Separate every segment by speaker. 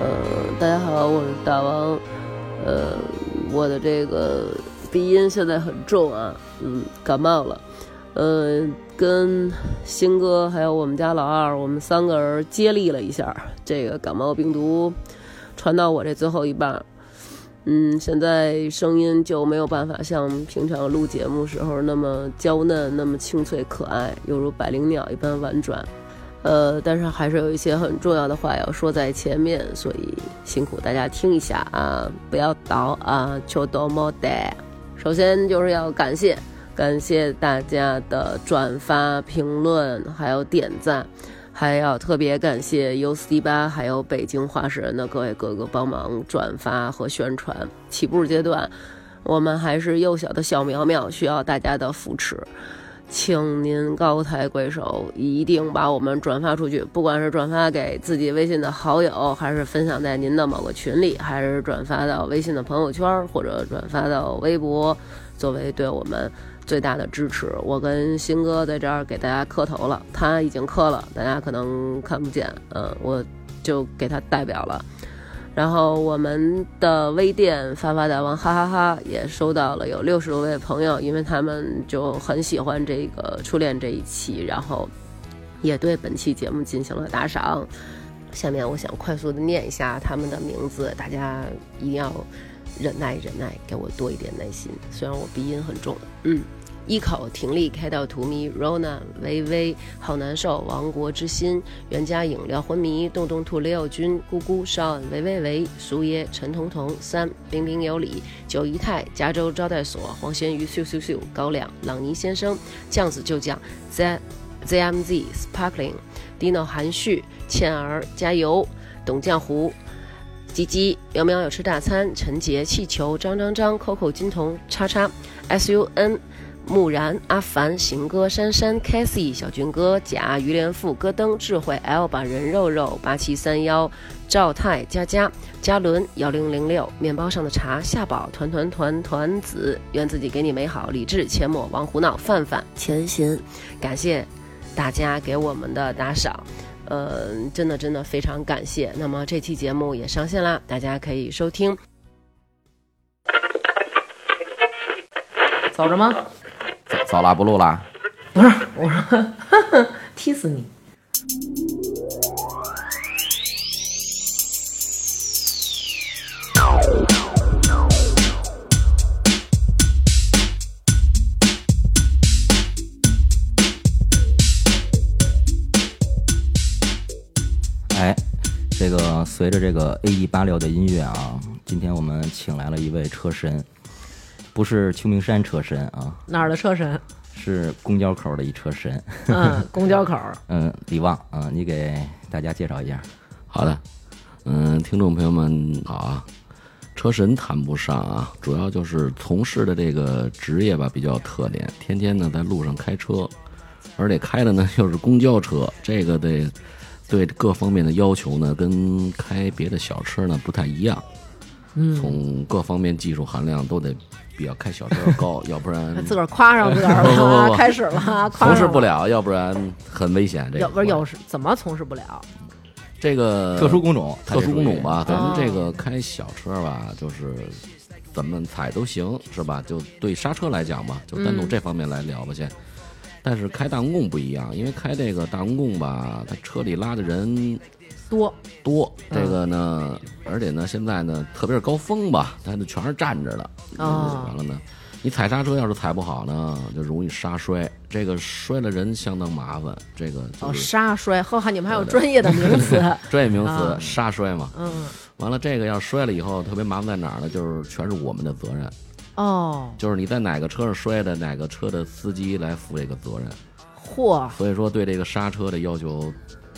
Speaker 1: 呃，大家好，我是大王。呃，我的这个鼻音现在很重啊，嗯，感冒了。呃，跟新哥还有我们家老二，我们三个人接力了一下，这个感冒病毒传到我这最后一棒。嗯，现在声音就没有办法像平常录节目时候那么娇嫩、那么清脆可爱，犹如百灵鸟一般婉转。呃，但是还是有一些很重要的话要说在前面，所以辛苦大家听一下啊，不要倒啊，求多么的。首先就是要感谢，感谢大家的转发、评论，还有点赞，还要特别感谢 U C 八还有北京化石人的各位哥哥帮忙转发和宣传。起步阶段，我们还是幼小的小苗苗，需要大家的扶持。请您高抬贵手，一定把我们转发出去，不管是转发给自己微信的好友，还是分享在您的某个群里，还是转发到微信的朋友圈，或者转发到微博，作为对我们最大的支持。我跟新哥在这儿给大家磕头了，他已经磕了，大家可能看不见，嗯，我就给他代表了。然后我们的呃微店发发大王哈哈哈也收到了有六十多位朋友，因为他们就很喜欢这个初恋这一期，然后也对本期节目进行了打赏。下面我想快速的念一下他们的名字，大家一定要忍耐忍耐，给我多一点耐心。虽然我鼻音很重，嗯。一口婷丽开到荼蘼，Rona 微微好难受，亡国之心袁家影廖昏迷，洞洞兔雷友君咕咕少恩维维维苏耶陈彤彤三彬彬有礼九姨太加州招待所黄咸鱼咻咻咻高亮朗尼先生酱子就酱 Z ZMZ Sparkling Dino 含蓄倩儿加油董江湖吉吉苗苗有吃大餐陈杰气球张张张 Coco 金童叉叉 SUN。木然、阿凡、行哥、珊珊、c a s i e 小军哥、贾、于连富、戈登、智慧、L 把人肉肉、八七三幺、赵泰、佳佳、嘉伦、幺零零六、面包上的茶、夏宝、团团团团子、愿自己给你美好、李智、阡陌、王胡闹、范范、前行，感谢大家给我们的打赏。呃，真的真的非常感谢。那么这期节目也上线啦，大家可以收听。走着吗？
Speaker 2: 走走啦，不录啦。
Speaker 1: 不是，我说踢死你！
Speaker 2: 哎，这个随着这个 A E 八六的音乐啊，今天我们请来了一位车神，不是秋名山车神啊，
Speaker 1: 哪儿的车 神？
Speaker 2: 是公交口的一车神。
Speaker 1: 嗯，公交口儿。
Speaker 2: 嗯，李旺啊、你给大家介绍一下。
Speaker 3: 好的，嗯，听众朋友们好啊。车神谈不上啊，主要就是从事的这个职业吧比较有特点，天天呢在路上开车，而且开的呢又是公交车，这个得对各方面的要求呢跟开别的小车呢不太一样，嗯，从各方面技术含量都得比要开小车要高，要不然
Speaker 1: 自个儿夸上自个儿
Speaker 3: 嗯不不不
Speaker 1: 了，
Speaker 3: 不
Speaker 1: 开始了，夸
Speaker 3: 从事
Speaker 1: 上
Speaker 3: 不。了，要不然很危险。这个
Speaker 1: 有不是有时怎么从事不了？
Speaker 3: 这个
Speaker 2: 特殊工种，
Speaker 3: 特殊工种吧，
Speaker 2: 它
Speaker 3: 咱
Speaker 2: 这属于
Speaker 1: 啊
Speaker 3: 们这个开小车吧，就是怎么踩都行，是吧？就对刹车来讲吧，就单独这方面来聊吧先。但是开大公共不一样，因为开这个大公共吧，它车里拉的人
Speaker 1: 多
Speaker 3: 多，这个呢，
Speaker 1: 嗯
Speaker 3: 而且呢，现在呢，特别是高峰吧，它就全是站着的，
Speaker 1: 哦
Speaker 3: 嗯完了呢，你踩刹车要是踩不好呢，就容易刹摔，这个摔了人相当麻烦，这个
Speaker 1: 哦，
Speaker 3: 就是
Speaker 1: 沙摔，呵哈，你们还有专业的名 词。
Speaker 3: 专业名词
Speaker 1: 啊
Speaker 3: 刹摔嘛。
Speaker 1: 嗯，
Speaker 3: 完了，这个要摔了以后，特别麻烦在哪儿呢？就是全是我们的责任，
Speaker 1: 哦，
Speaker 3: 就是你在哪个车上摔的，哪个车的司机来负这个责任。
Speaker 1: 嚯，
Speaker 3: 所以说，对这个刹车的要求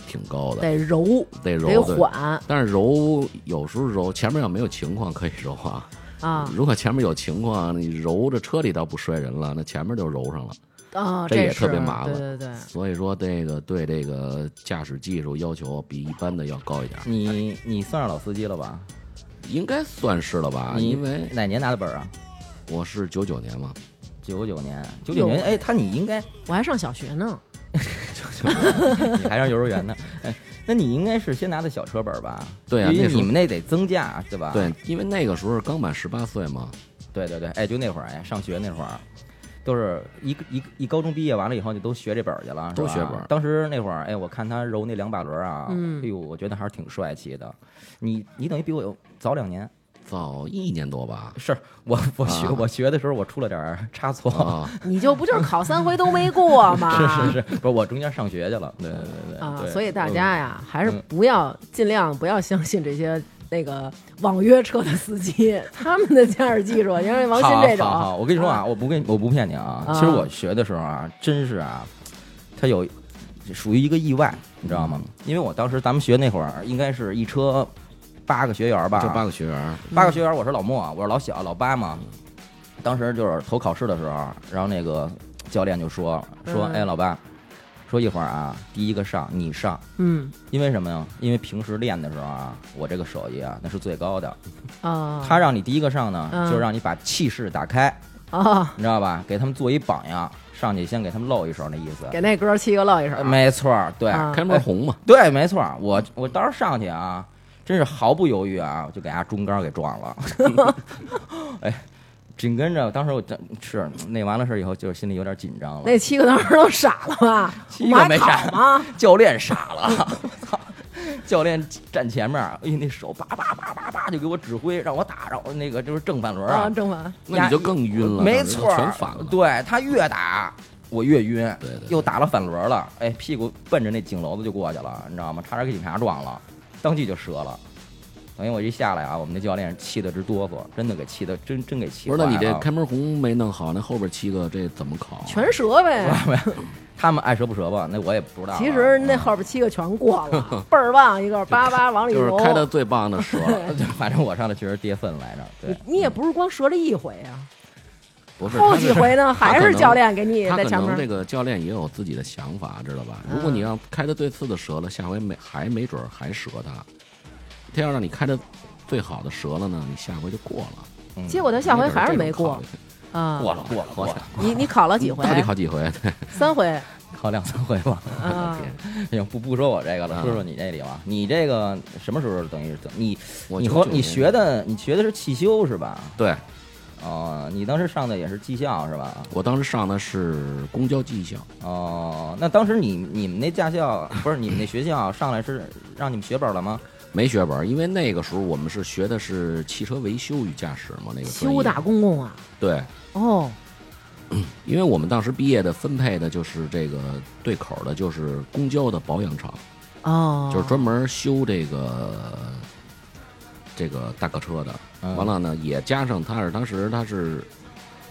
Speaker 3: 挺高的，
Speaker 1: 得柔，
Speaker 3: 得
Speaker 1: 得
Speaker 3: 柔。对
Speaker 1: 缓
Speaker 3: 但是柔有时候柔，前面要没有情况可以柔啊。
Speaker 1: 啊
Speaker 3: 如果前面有情况，你柔着车里倒不摔人了，那前面就柔上了。
Speaker 1: 啊，
Speaker 3: 这也
Speaker 1: 是
Speaker 3: 特别麻烦
Speaker 1: 对对对，
Speaker 3: 所以说，这个对这个驾驶技术要求比一般的要高一点，
Speaker 2: 你你算是老司机了吧？
Speaker 3: 应该算是了
Speaker 1: 嗯
Speaker 3: 吧？
Speaker 2: 你
Speaker 3: 啊因为
Speaker 2: 哪年拿的本儿啊？
Speaker 3: 我是九九年嘛，
Speaker 2: 九九年，九九年，哎，他你应该
Speaker 1: 我还上小学呢。
Speaker 2: 你还上幼儿园呢？哎，那你应该是先拿的小车本吧？
Speaker 3: 对啊
Speaker 2: 因为
Speaker 3: 那时候
Speaker 2: 你们那得增驾，对
Speaker 4: 哎
Speaker 2: 吧？
Speaker 3: 对，因为那个时候刚满十八岁嘛，
Speaker 2: 对对对，哎，就那会儿，哎，上学那会儿，都是一个一个一高中毕业完了以后，就都学这本儿去了，是吧
Speaker 3: 都学本儿
Speaker 2: 当时那会儿，哎，我看他揉那两把轮儿啊，
Speaker 1: 嗯
Speaker 2: 哎呦，我觉得还是挺帅气的。你你等于比我有早两年，。
Speaker 3: 早一年多吧
Speaker 2: 是我我学、
Speaker 3: 啊
Speaker 2: 我学的时候我出了点儿差错，
Speaker 3: 啊，
Speaker 4: 你就不就是考三回都没 过吗？
Speaker 2: 是是是，不是我中间上学去了，对对对对
Speaker 4: 啊，
Speaker 2: 对
Speaker 4: 所以大家呀，还是
Speaker 2: 嗯
Speaker 4: 不要尽量不要相信这些那个网约车的司机，他们的驾驶技术，因为王鑫这种，
Speaker 2: 好好好，我跟你说啊，我不跟你我不骗你啊，
Speaker 4: 啊
Speaker 2: 其实我学的时候啊，真是啊，它有属于一个意外，你知道吗？
Speaker 4: 嗯
Speaker 2: 因为我当时咱们学那会儿，应该是一车八个学员吧，
Speaker 3: 这八个学员，
Speaker 2: 八
Speaker 4: 嗯
Speaker 2: 个学员，我是老莫，我是老小，老八嘛。当时就是投考试的时候，然后那个教练就说说，
Speaker 4: 嗯
Speaker 2: 哎，老八，说一会儿啊，第一个上你上。
Speaker 4: 嗯
Speaker 2: 因为什么呀？因为平时练的时候啊，我这个手艺啊那是最高的。
Speaker 4: 啊，
Speaker 2: 他让你第一个上呢，
Speaker 4: 嗯
Speaker 2: 就让你把气势打开，
Speaker 4: 啊，
Speaker 2: 你知道吧？给他们做一榜样，上去先给他们露一手那意思。
Speaker 4: 给那哥七个露一手
Speaker 2: 呃，没错儿，对、
Speaker 4: 啊
Speaker 3: 开门红嘛，
Speaker 2: 对，没错儿。我我当时上去啊，真是毫不犹豫啊，我就给人家中杆儿给撞 了。哎，紧跟着当时我真是那完了事儿以后，就是心里有点紧张了。
Speaker 4: 那七个当时都傻了 吧？
Speaker 2: 七个没傻
Speaker 4: 我还考吗？
Speaker 2: 教练傻了， 操！教练站前面儿，哎呦，那手叭叭叭叭叭就给我指挥，让我打，让我那个就是正反轮儿
Speaker 4: 啊，
Speaker 2: 啊，
Speaker 4: 正文，
Speaker 3: 那你就更晕了，
Speaker 2: 没
Speaker 3: 这就
Speaker 2: 错儿，
Speaker 3: 全反了。
Speaker 2: 对他越打我越晕，
Speaker 3: 对对对
Speaker 2: 又打了反轮了，哎，屁股奔着那井楼子就过去了，你知道吗？差点给警察撞了，当即就折了。等于我一下来啊，我们那教练气得直哆嗦，真的给气得真真给气
Speaker 3: 不
Speaker 2: 坏了。
Speaker 3: 是，那你这开门红没弄好，那后边七个这怎么考啊？
Speaker 4: 全折呗。
Speaker 2: 他们爱折不折吧？那我也不知道啊。
Speaker 4: 其实那后边七个全过了，倍儿棒，一个叭叭往里
Speaker 3: 啊就是
Speaker 4: 揉。
Speaker 3: 开的最棒的蛇 了，
Speaker 2: 嗯 反正我上来确实跌份来着，对
Speaker 4: 你，你也不是光折这一回啊，
Speaker 3: 不是
Speaker 4: 后
Speaker 3: 他
Speaker 4: 几
Speaker 3: 是
Speaker 4: 回呢
Speaker 3: 他
Speaker 4: 还
Speaker 3: 可
Speaker 4: 是
Speaker 3: 能
Speaker 4: 教练给你
Speaker 3: 他
Speaker 4: 在
Speaker 3: 可
Speaker 4: 前
Speaker 3: 能
Speaker 4: 面嗯
Speaker 3: 这个教练也有自己的想法，知道吧？如果你让开的最次的折了，下回没还没准儿还折他。他要让你开的最好的折了呢，你下回就过了。
Speaker 2: 嗯
Speaker 4: 结果他下回
Speaker 3: 没准儿
Speaker 4: 还是
Speaker 3: 这种
Speaker 4: 没
Speaker 3: 考
Speaker 4: 过
Speaker 3: 虑
Speaker 4: 啊。
Speaker 2: 过了过了过了，
Speaker 4: 你你考了几回啊
Speaker 3: 到？底考几回？
Speaker 4: 三 回
Speaker 2: 考两三回吧。
Speaker 4: 啊。
Speaker 2: 行，哎不不说我这个了，
Speaker 3: 啊
Speaker 2: 说说你这里吧。你这个什么时候等于是你
Speaker 3: 我
Speaker 2: 你
Speaker 3: 99
Speaker 2: 和你
Speaker 3: 年
Speaker 2: 学的你学的是汽修是吧？
Speaker 3: 对
Speaker 2: 哦，你当时上的也是技校是吧？
Speaker 3: 我当时上的是公交技校，
Speaker 2: 哦，那当时你你们那驾校不是你们那学校上来是让你们学本了吗？
Speaker 3: 没学本儿，因为那个时候我们是学的是汽车维修与驾驶嘛，那个专
Speaker 4: 修
Speaker 3: 业
Speaker 4: 大公公啊，
Speaker 3: 对，
Speaker 4: 哦，
Speaker 3: 因为我们当时毕业的分配的就是这个对口儿的，就是公交的保养厂，
Speaker 4: 哦，
Speaker 3: 就是专门修这个这个大客车的。
Speaker 2: 嗯
Speaker 3: 完了呢，也加上他是当时他是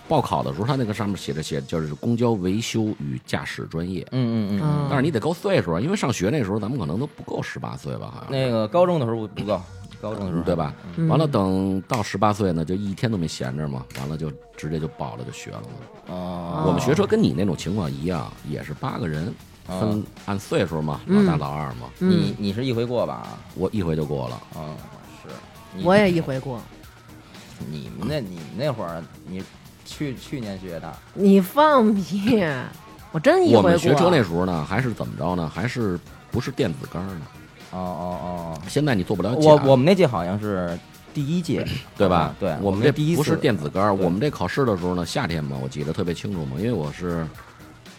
Speaker 3: 报考的时候，他那个上面写着写就是公交维修与驾驶专业。
Speaker 2: 嗯嗯嗯
Speaker 4: 嗯
Speaker 3: 但是你得够岁数啊，因为上学那时候咱们可能都不够十八岁吧，好像。
Speaker 2: 那个高中的时候不不够，高中的时候
Speaker 3: 对吧？
Speaker 4: 嗯
Speaker 3: 完了，等到十八岁呢，就一天都没闲着嘛，完了就直接就报了，就学了嘛。
Speaker 2: 哦，
Speaker 3: 我们学车跟你那种情况一样，也是八个人，
Speaker 2: 哦
Speaker 3: 分按岁数嘛，
Speaker 4: 嗯
Speaker 3: 老大老二嘛。
Speaker 2: 嗯你你是一回过吧？
Speaker 3: 我一回就过了，
Speaker 2: 嗯，是。你
Speaker 4: 我也一。回过。
Speaker 2: 你们那你们那会儿你去去年学的，
Speaker 4: 你放 屁！我真一
Speaker 3: 我
Speaker 4: 回过。
Speaker 3: 们学车那时候呢，还是怎么着呢？还是不是电子杆儿呢？
Speaker 2: 哦哦
Speaker 3: 现在你做不了
Speaker 2: 哦，
Speaker 3: 假，
Speaker 2: 我我们那届好像是第一届，
Speaker 3: 啊对吧
Speaker 2: 啊？对，
Speaker 3: 我
Speaker 2: 们
Speaker 3: 这
Speaker 2: 第一
Speaker 3: 不
Speaker 2: 次
Speaker 3: 是电子杆儿，
Speaker 2: 对
Speaker 3: 我们这考试的时候呢，夏天嘛，我记得特别清楚嘛，因为我是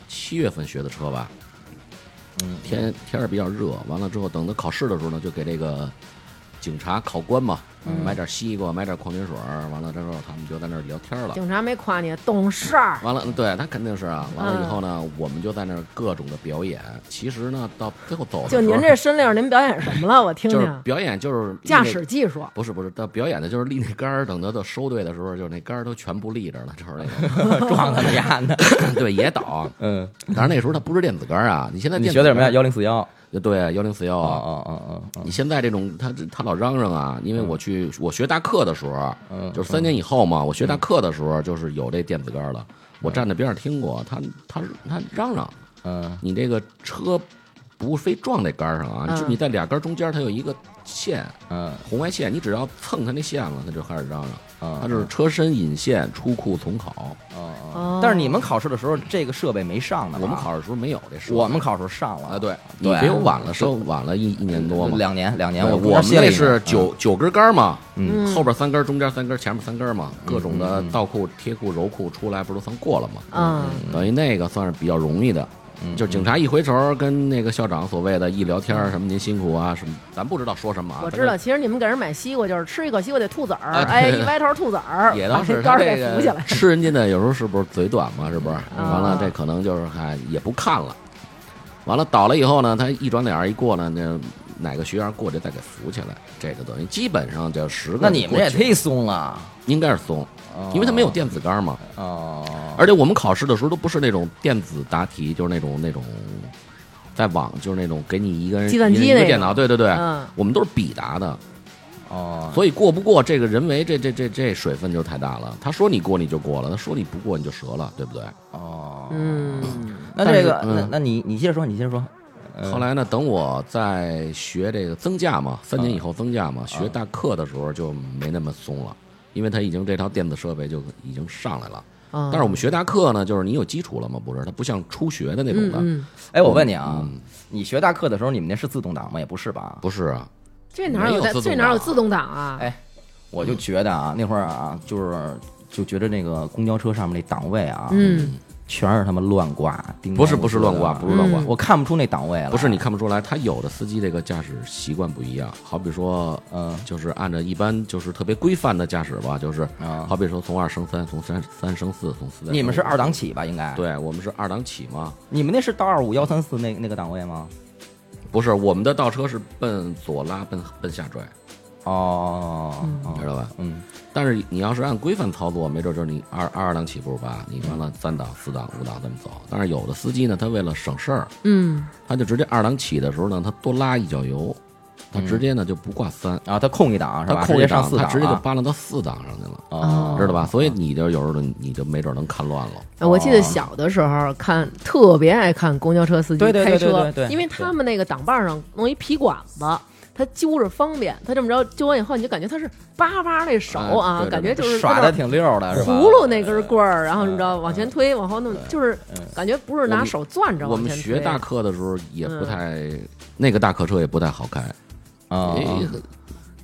Speaker 3: 七月份学的车吧，
Speaker 2: 嗯
Speaker 3: 天天儿比较热，完了之后等到考试的时候呢，就给这个警察考官嘛，
Speaker 4: 嗯
Speaker 3: 买点西瓜，买点矿泉水儿，完了之后他们就在那儿聊天了。
Speaker 4: 警察没夸你，懂事儿。
Speaker 3: 完了，对他肯定是啊。完
Speaker 4: 嗯
Speaker 3: 了以后呢，我们就在那儿各种的表演。其实呢，到最后走的时
Speaker 4: 就
Speaker 3: 候，
Speaker 4: 您 这身量，您表演什么了？我听
Speaker 3: 就是
Speaker 4: 听。
Speaker 3: 表演，就是
Speaker 4: 驾
Speaker 3: 那
Speaker 4: 驶技术，
Speaker 3: 不是不是，他表演的就是立那杆儿，等到到收队的时候，就是那杆儿都全部立着了，就是那
Speaker 2: 撞他们家 的，
Speaker 3: 个， 对，也倒。
Speaker 2: 嗯，
Speaker 3: 当然那时候它不是电子杆儿啊，你现在
Speaker 2: 你
Speaker 3: 电子
Speaker 2: 学的什么呀？
Speaker 3: 杆
Speaker 2: 幺零四幺。
Speaker 3: 儿？对，幺零四幺
Speaker 2: 哦
Speaker 3: 啊。
Speaker 2: 哦哦哦，
Speaker 3: 你现在这种，他他老嚷嚷啊，因为我去我学大课的时候，
Speaker 2: 嗯
Speaker 3: 就是三年以后嘛，我学大课的时候就是有这电子杆儿了，我站在边上听过，他他他嚷嚷，
Speaker 2: 嗯
Speaker 3: 你这个车不非撞在杆儿上啊，
Speaker 4: 嗯
Speaker 3: 就你在俩杆儿中间儿它有一个线，
Speaker 2: 嗯
Speaker 3: 红外线，你只要蹭它那线了，它就开始嚷嚷。
Speaker 2: 嗯，
Speaker 3: 它就是车身引线，出库从考。
Speaker 2: 嗯
Speaker 4: 哦
Speaker 2: 嗯，但是你们考试的时候这个设备没上呢吧，
Speaker 3: 我们考的时候没有这事。
Speaker 2: 我们考试上了
Speaker 3: 啊，对，你
Speaker 2: 对，
Speaker 3: 比我晚了，稍晚了一一年多嘛。
Speaker 2: 两年两
Speaker 3: 对
Speaker 2: 年，我
Speaker 3: 我们
Speaker 2: 歇了
Speaker 3: 那
Speaker 2: 一年
Speaker 3: 是九九根杆儿嘛，
Speaker 2: 嗯
Speaker 3: 后边三根儿，中间三根儿，前面三根儿嘛，各种的
Speaker 2: 嗯嗯
Speaker 3: 倒库、贴库、揉库出来，不都算过了吗？
Speaker 4: 嗯，
Speaker 3: 等于那个算是比较容易的，
Speaker 2: 嗯
Speaker 3: 就警察一回头跟那个校长所谓的一聊天儿什么您辛苦啊什么，咱不知道说什么啊，
Speaker 4: 我
Speaker 3: 反
Speaker 4: 知道，
Speaker 3: 正
Speaker 4: 其实你们给人买西瓜就是吃一口西瓜得吐籽儿，
Speaker 3: 啊对
Speaker 4: 哎，一歪头吐籽儿，
Speaker 3: 也当
Speaker 4: 把
Speaker 3: 是
Speaker 4: 这杆
Speaker 3: 他
Speaker 4: 儿
Speaker 3: 这
Speaker 4: 给扶起
Speaker 3: 个
Speaker 4: 来。啊
Speaker 3: 吃人家的有时候是不是嘴短嘛，是不是？完了这可能就是还也不看了，完了倒了以后呢，他一转脸儿一过呢，那哪个学员过去再给扶起来，这个等于基本上就十个
Speaker 2: 嗯那你们
Speaker 3: 过
Speaker 2: 也
Speaker 3: 去
Speaker 2: 忒松了，
Speaker 3: 应该是松，因为他没有电子杆儿嘛，
Speaker 2: 哦，
Speaker 3: 而且我们考试的时候都不是那种电子答题，就是那种那种，在网就是那种给你一个人
Speaker 4: 计算机
Speaker 3: 一人一
Speaker 4: 那
Speaker 3: 个
Speaker 4: 种
Speaker 3: 电脑，对对对，
Speaker 4: 嗯
Speaker 3: 我们都是笔答的，
Speaker 2: 哦，
Speaker 3: 所以过不过这个人为这这这这水分就太大了。他说你过你就过了，他说你不过你就折了，对不对？
Speaker 2: 哦，
Speaker 4: 嗯，
Speaker 2: 那这个
Speaker 3: 但是嗯
Speaker 2: 那那你你接着说，你接着说，嗯
Speaker 3: 后来呢，等我在学这个增驾嘛，三年以后增驾嘛，学大课的时候就没那么松了，因为他已经这套电子设备就已经上来了。
Speaker 4: 但
Speaker 3: 但是我们学大课呢，就是你有基础了嘛，不是？它不像初学的那种
Speaker 4: 嗯
Speaker 3: 的，
Speaker 4: 嗯，
Speaker 2: 哎，我问你啊，你学大课的时候，你们那是自动挡吗？也不是吧？
Speaker 3: 嗯不是啊。
Speaker 4: 这哪有
Speaker 3: 没有
Speaker 4: 在
Speaker 3: 自动
Speaker 4: 这哪有
Speaker 3: 挡
Speaker 4: 自动挡啊？
Speaker 2: 哎我就觉得啊，那会儿啊，就是就觉得那个公交车上面那档位啊，
Speaker 4: 嗯，
Speaker 2: 全是他妈乱挂，叮
Speaker 3: 不是
Speaker 2: 当
Speaker 3: 不是乱挂，
Speaker 2: 的
Speaker 3: 不是乱挂，
Speaker 4: 嗯
Speaker 2: 啊我看不出那档位了。
Speaker 3: 不是你看不出来，他有的司机这个驾驶习惯不一样。好比说，呃
Speaker 2: 嗯
Speaker 3: 就是按照一般就是特别规范的驾驶吧，就是
Speaker 2: 啊
Speaker 3: 好比说从二升三，从三三升四，从四再
Speaker 2: 你们是
Speaker 3: 升五
Speaker 2: 二档起吧？应该，
Speaker 3: 对，我们是二档起嘛。
Speaker 2: 你们那是到二五幺三四那那个档位吗？
Speaker 3: 不是，我们的倒车是奔左拉，奔奔下拽，
Speaker 2: 哦，哦
Speaker 3: 知道吧？
Speaker 2: 嗯，
Speaker 3: 但是你要是按规范操作，没准就是你二二二档起步吧，你完了三档、四档、五档这么走。但是有的司机呢，他为了省事儿，
Speaker 4: 嗯，
Speaker 3: 他就直接二档起的时候呢，他多拉一脚油，他直
Speaker 2: 嗯
Speaker 3: 接呢就不挂三，
Speaker 2: 啊，他空一档是
Speaker 3: 他
Speaker 2: 吧？
Speaker 3: 空
Speaker 2: 直
Speaker 3: 一
Speaker 2: 接上
Speaker 3: 档，
Speaker 2: 四
Speaker 3: 他
Speaker 2: 档啊，
Speaker 3: 直接就扒拉到四档上去了，
Speaker 2: 哦，
Speaker 3: 知道吧？所以你就有时候你就没准能看乱了。
Speaker 4: 呃我记得小的时候看特别爱看公交车司机
Speaker 2: 对对对
Speaker 4: 开
Speaker 2: 对对
Speaker 4: 车
Speaker 2: 对，对
Speaker 4: 因为他们那个挡把上弄一皮管子。他揪着方便，他这么着揪完以后，你就感觉他是叭叭那手啊，
Speaker 3: 嗯对对
Speaker 4: 感觉 就是
Speaker 2: 耍
Speaker 4: 跟那
Speaker 2: 的挺溜的，是吧？嗯
Speaker 4: 葫
Speaker 3: 哎
Speaker 4: 芦那根棍儿，然
Speaker 3: 嗯
Speaker 4: 后你知道往前推，往后弄，就是感觉不是拿手攥着
Speaker 3: 我
Speaker 4: 往
Speaker 3: 们
Speaker 4: 前推。嗯
Speaker 3: 学大课的时候也不太，那个大客车也不太好开，
Speaker 2: 啊，
Speaker 3: 诶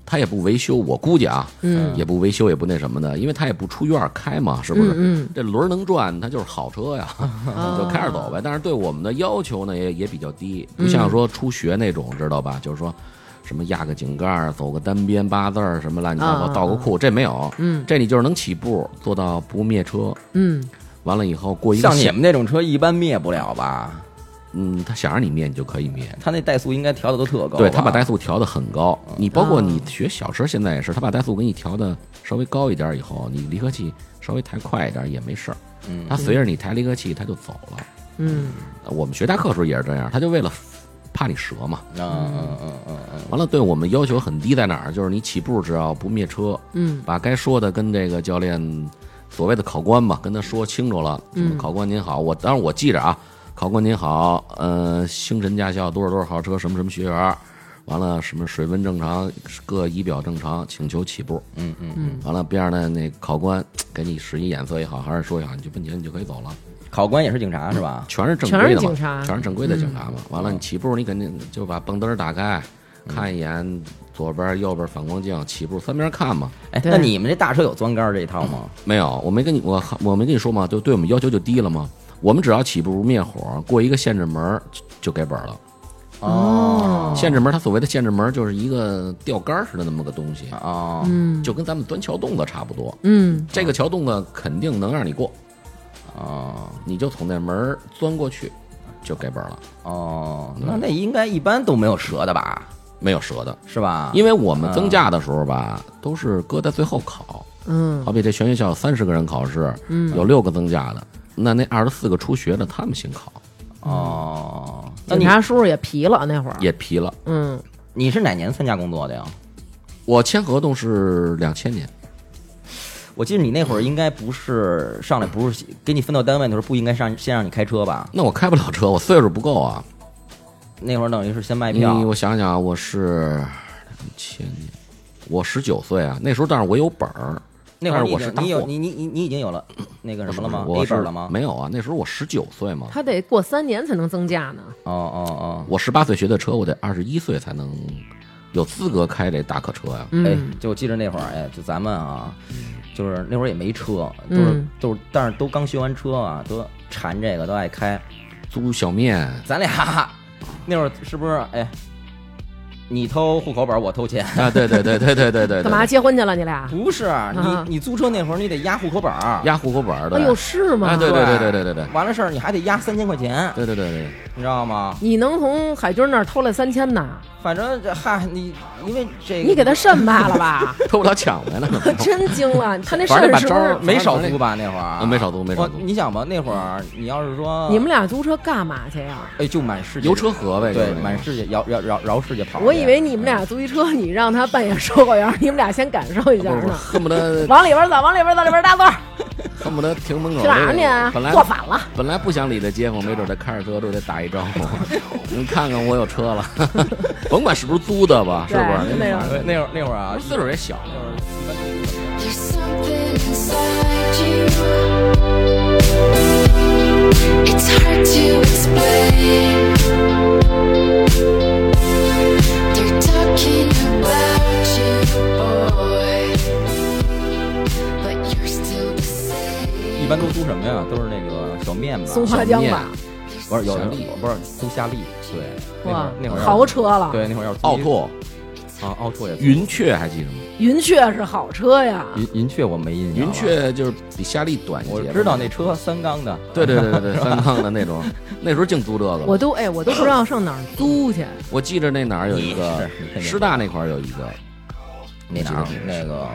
Speaker 3: 他也不维修，我估计啊，
Speaker 4: 嗯
Speaker 3: 也不维修，也不那什么的，因为他也不出院儿开嘛，是不是？
Speaker 4: 嗯
Speaker 3: 这轮儿能转，它就是好车呀，
Speaker 4: 嗯，
Speaker 3: 就开
Speaker 2: 哦
Speaker 3: 着走
Speaker 4: 呗。
Speaker 3: 呗。但是对我们的要求呢，也也比较低，
Speaker 2: 嗯
Speaker 3: 不像说初学那种，知道吧？就是说什么压个井盖儿、走个单边八字儿，什么乱七八糟
Speaker 2: 嗯
Speaker 4: 啊
Speaker 3: 倒个库，这没有。
Speaker 4: 嗯
Speaker 3: 这你就是能起步做到不灭车，
Speaker 4: 嗯，
Speaker 3: 完了以后过一个
Speaker 2: 像你
Speaker 3: 险，
Speaker 2: 们那种车一般灭不了吧？
Speaker 3: 嗯，他想让你灭你就可以灭。
Speaker 2: 他那怠速应该调的都特高吧，啊嗯
Speaker 3: 对他把怠速调的很高，你包括
Speaker 4: 啊
Speaker 3: 你学小车现在也是，他把怠速给你调的稍微高一点儿以后，你离合器稍微抬快一点儿也没事儿，
Speaker 2: 嗯
Speaker 3: 他随着你抬离合器他就走了。
Speaker 4: 嗯
Speaker 3: 我们学大课时候也是这样，他就为了怕你折嘛。
Speaker 2: 嗯嗯嗯嗯嗯，
Speaker 3: 完了，对我们要求很低在哪儿？就是你起步只要不灭车，
Speaker 4: 嗯
Speaker 3: 把该说的跟这个教练，所谓的考官吧，跟他说清楚了。嗯，考官您好，我当然我记着啊，考官您好，呃，星辰驾校多少多少号车，什么什么学员儿，完了什么水温正常，各仪表正常，请求起步。
Speaker 2: 嗯嗯
Speaker 4: 嗯，
Speaker 3: 完了，边上的那考官给你使一眼色也好，还是说一好，你就奔前你就可以走了。
Speaker 2: 考官也是警察是吧？
Speaker 3: 全是正规
Speaker 4: 全
Speaker 3: 的
Speaker 4: 是
Speaker 3: 嘛，
Speaker 4: 警察嗯
Speaker 3: 全是正规的警察嘛。完了，你起步你肯定就把蹦灯打开，看一眼左边、右边反光镜，起步三边看嘛。
Speaker 2: 哎，
Speaker 4: 对
Speaker 2: 那你们这大车有钻杆这一套吗？
Speaker 3: 没有，我没跟你我我没跟你说嘛，就对我们要求就低了嘛。我们只要起步不灭火，过一个限制门儿就就给本儿了。
Speaker 2: 哦
Speaker 3: 限制门儿，它所谓的限制门儿就是一个吊杆儿似的那么个东西，
Speaker 2: 哦
Speaker 4: 嗯
Speaker 3: 就跟咱们端桥洞子差不多。
Speaker 4: 嗯
Speaker 3: 这个桥洞子肯定能让你过，
Speaker 2: 哦
Speaker 3: 你就从那门儿钻过去，就给本儿了，
Speaker 2: 哦，那那应该一般都没有折的吧？
Speaker 3: 没有折的。
Speaker 2: 是吧？
Speaker 3: 因为我们增驾的时候吧，
Speaker 2: 嗯
Speaker 3: 都是搁在最后考。
Speaker 4: 嗯
Speaker 3: 好比这全学校三十个人考试，
Speaker 2: 嗯
Speaker 3: 有六个增加的，那那二十四个初学的他们先考，
Speaker 2: 哦，那
Speaker 4: 警
Speaker 2: 你
Speaker 4: 察叔叔也皮了那会儿。
Speaker 3: 也皮了。
Speaker 4: 嗯
Speaker 2: 你是哪年参加工作的呀？
Speaker 3: 我签合同是两千年，
Speaker 2: 我记得你那会儿应该不是上来不是给你分到单位的时候不应该上先让你开车吧？
Speaker 3: 那我开不了车，我岁数不够啊。
Speaker 2: 那会儿等于是先卖票
Speaker 3: 嗯，我想想啊，我是前年，我十九岁啊，那时候但是我有本儿，
Speaker 2: 那会儿
Speaker 3: 但
Speaker 2: 你
Speaker 3: 是
Speaker 2: 已
Speaker 3: 我是
Speaker 2: 经
Speaker 3: 大
Speaker 2: 你有
Speaker 3: 货，
Speaker 2: 你你你你已经有了那个什么了吗
Speaker 3: 我
Speaker 2: ？A
Speaker 3: 是
Speaker 2: 本了吗？
Speaker 3: 没有啊，那时候我十九岁嘛，
Speaker 4: 他得过三年才能增价呢。
Speaker 2: 哦
Speaker 3: 哎
Speaker 2: 哦
Speaker 3: 我十八岁学的车，我得二十一岁才能有资格开这大客车呀、
Speaker 2: 哦，哎
Speaker 4: 嗯，，
Speaker 2: 就我记着那会儿，哎，就咱们啊，就是那会儿也没车，都是
Speaker 4: 嗯
Speaker 2: 都是，但是都刚学完车啊，都馋这个，都爱开。
Speaker 3: 租小面，
Speaker 2: 咱俩 那会儿是不是？哎，你偷户口本，我偷钱。
Speaker 3: 啊，对对对对对对对，
Speaker 4: 干嘛结婚去了？你俩？
Speaker 2: 不是啊
Speaker 4: 啊
Speaker 2: 你，你租车那会儿你得压户口本儿，
Speaker 3: 压户口本儿的？
Speaker 4: 哎呦，是吗？
Speaker 3: 啊，对对对对对对对
Speaker 2: 完了事儿你还得压三千块钱，
Speaker 3: 对对对对，
Speaker 2: 你知道吗？
Speaker 4: 你能从海军那儿偷来三千呢？
Speaker 2: 反正这嗨，你因为这个
Speaker 4: 你给他肾卖了吧？
Speaker 3: 偷不了抢 来了呢，
Speaker 4: 真惊了，他那
Speaker 3: 反
Speaker 4: 肾
Speaker 3: 正把
Speaker 4: 是
Speaker 3: 招
Speaker 4: 不
Speaker 3: 儿
Speaker 4: 是？
Speaker 2: 没少租吧那会儿
Speaker 3: 啊，没少租没少
Speaker 2: 我
Speaker 3: 租，
Speaker 2: 你想吧，那会儿你要是说
Speaker 4: 你们俩租车干嘛去呀？
Speaker 2: 哎就满世界
Speaker 3: 油车河呗，
Speaker 2: 对
Speaker 3: 就是
Speaker 2: 满世界摇摇摇摇世界跑去。
Speaker 4: 我以为你们俩租一车，你让他扮演售货员，你们俩先感受一下
Speaker 3: 不是不是
Speaker 4: 呢。
Speaker 3: 恨 不得
Speaker 4: 往里边走，往里边走，里边大座，
Speaker 3: 恨不得停门口
Speaker 4: 去哪儿
Speaker 3: 这个
Speaker 4: 去啊
Speaker 3: 本来？
Speaker 4: 坐反了。
Speaker 3: 本来不想理这街坊，没准儿他开着车都得打一招呼。
Speaker 4: 哎
Speaker 3: 你看看我有车了， 甭管是不是租的吧，是不
Speaker 4: 对
Speaker 3: 是？
Speaker 4: 就那种
Speaker 2: 那会儿那会儿啊，
Speaker 3: 岁数也小，
Speaker 5: There's something inside you. It's hard to explain. They're talking about you, boy. But you're still the
Speaker 2: 一
Speaker 5: same.
Speaker 2: 般都租什么呀？都是那个小面吧，
Speaker 4: 松花江吧，
Speaker 5: There's
Speaker 2: 不是有
Speaker 3: 小粒
Speaker 2: 不是租夏利，对，那会
Speaker 4: 哇啊
Speaker 2: 儿那会儿要
Speaker 4: 豪车了。
Speaker 2: 对，那会儿要租
Speaker 3: 奥拓、
Speaker 2: 啊，奥拓也租
Speaker 3: 云雀还记得吗？
Speaker 4: 云雀是好车呀，
Speaker 2: 云云雀我没印象了，
Speaker 3: 云雀就是比夏利短一
Speaker 2: 我
Speaker 3: 截，
Speaker 2: 知道那。车三缸的，
Speaker 3: 对对对对对，三缸的那 种，那时候净租这个。
Speaker 4: 我
Speaker 3: 我
Speaker 4: 都哎，我都不知道上哪儿租去。
Speaker 3: 我记着那哪儿有一个
Speaker 2: 是你看见
Speaker 3: 师大那块儿有一个，
Speaker 2: 那哪儿那个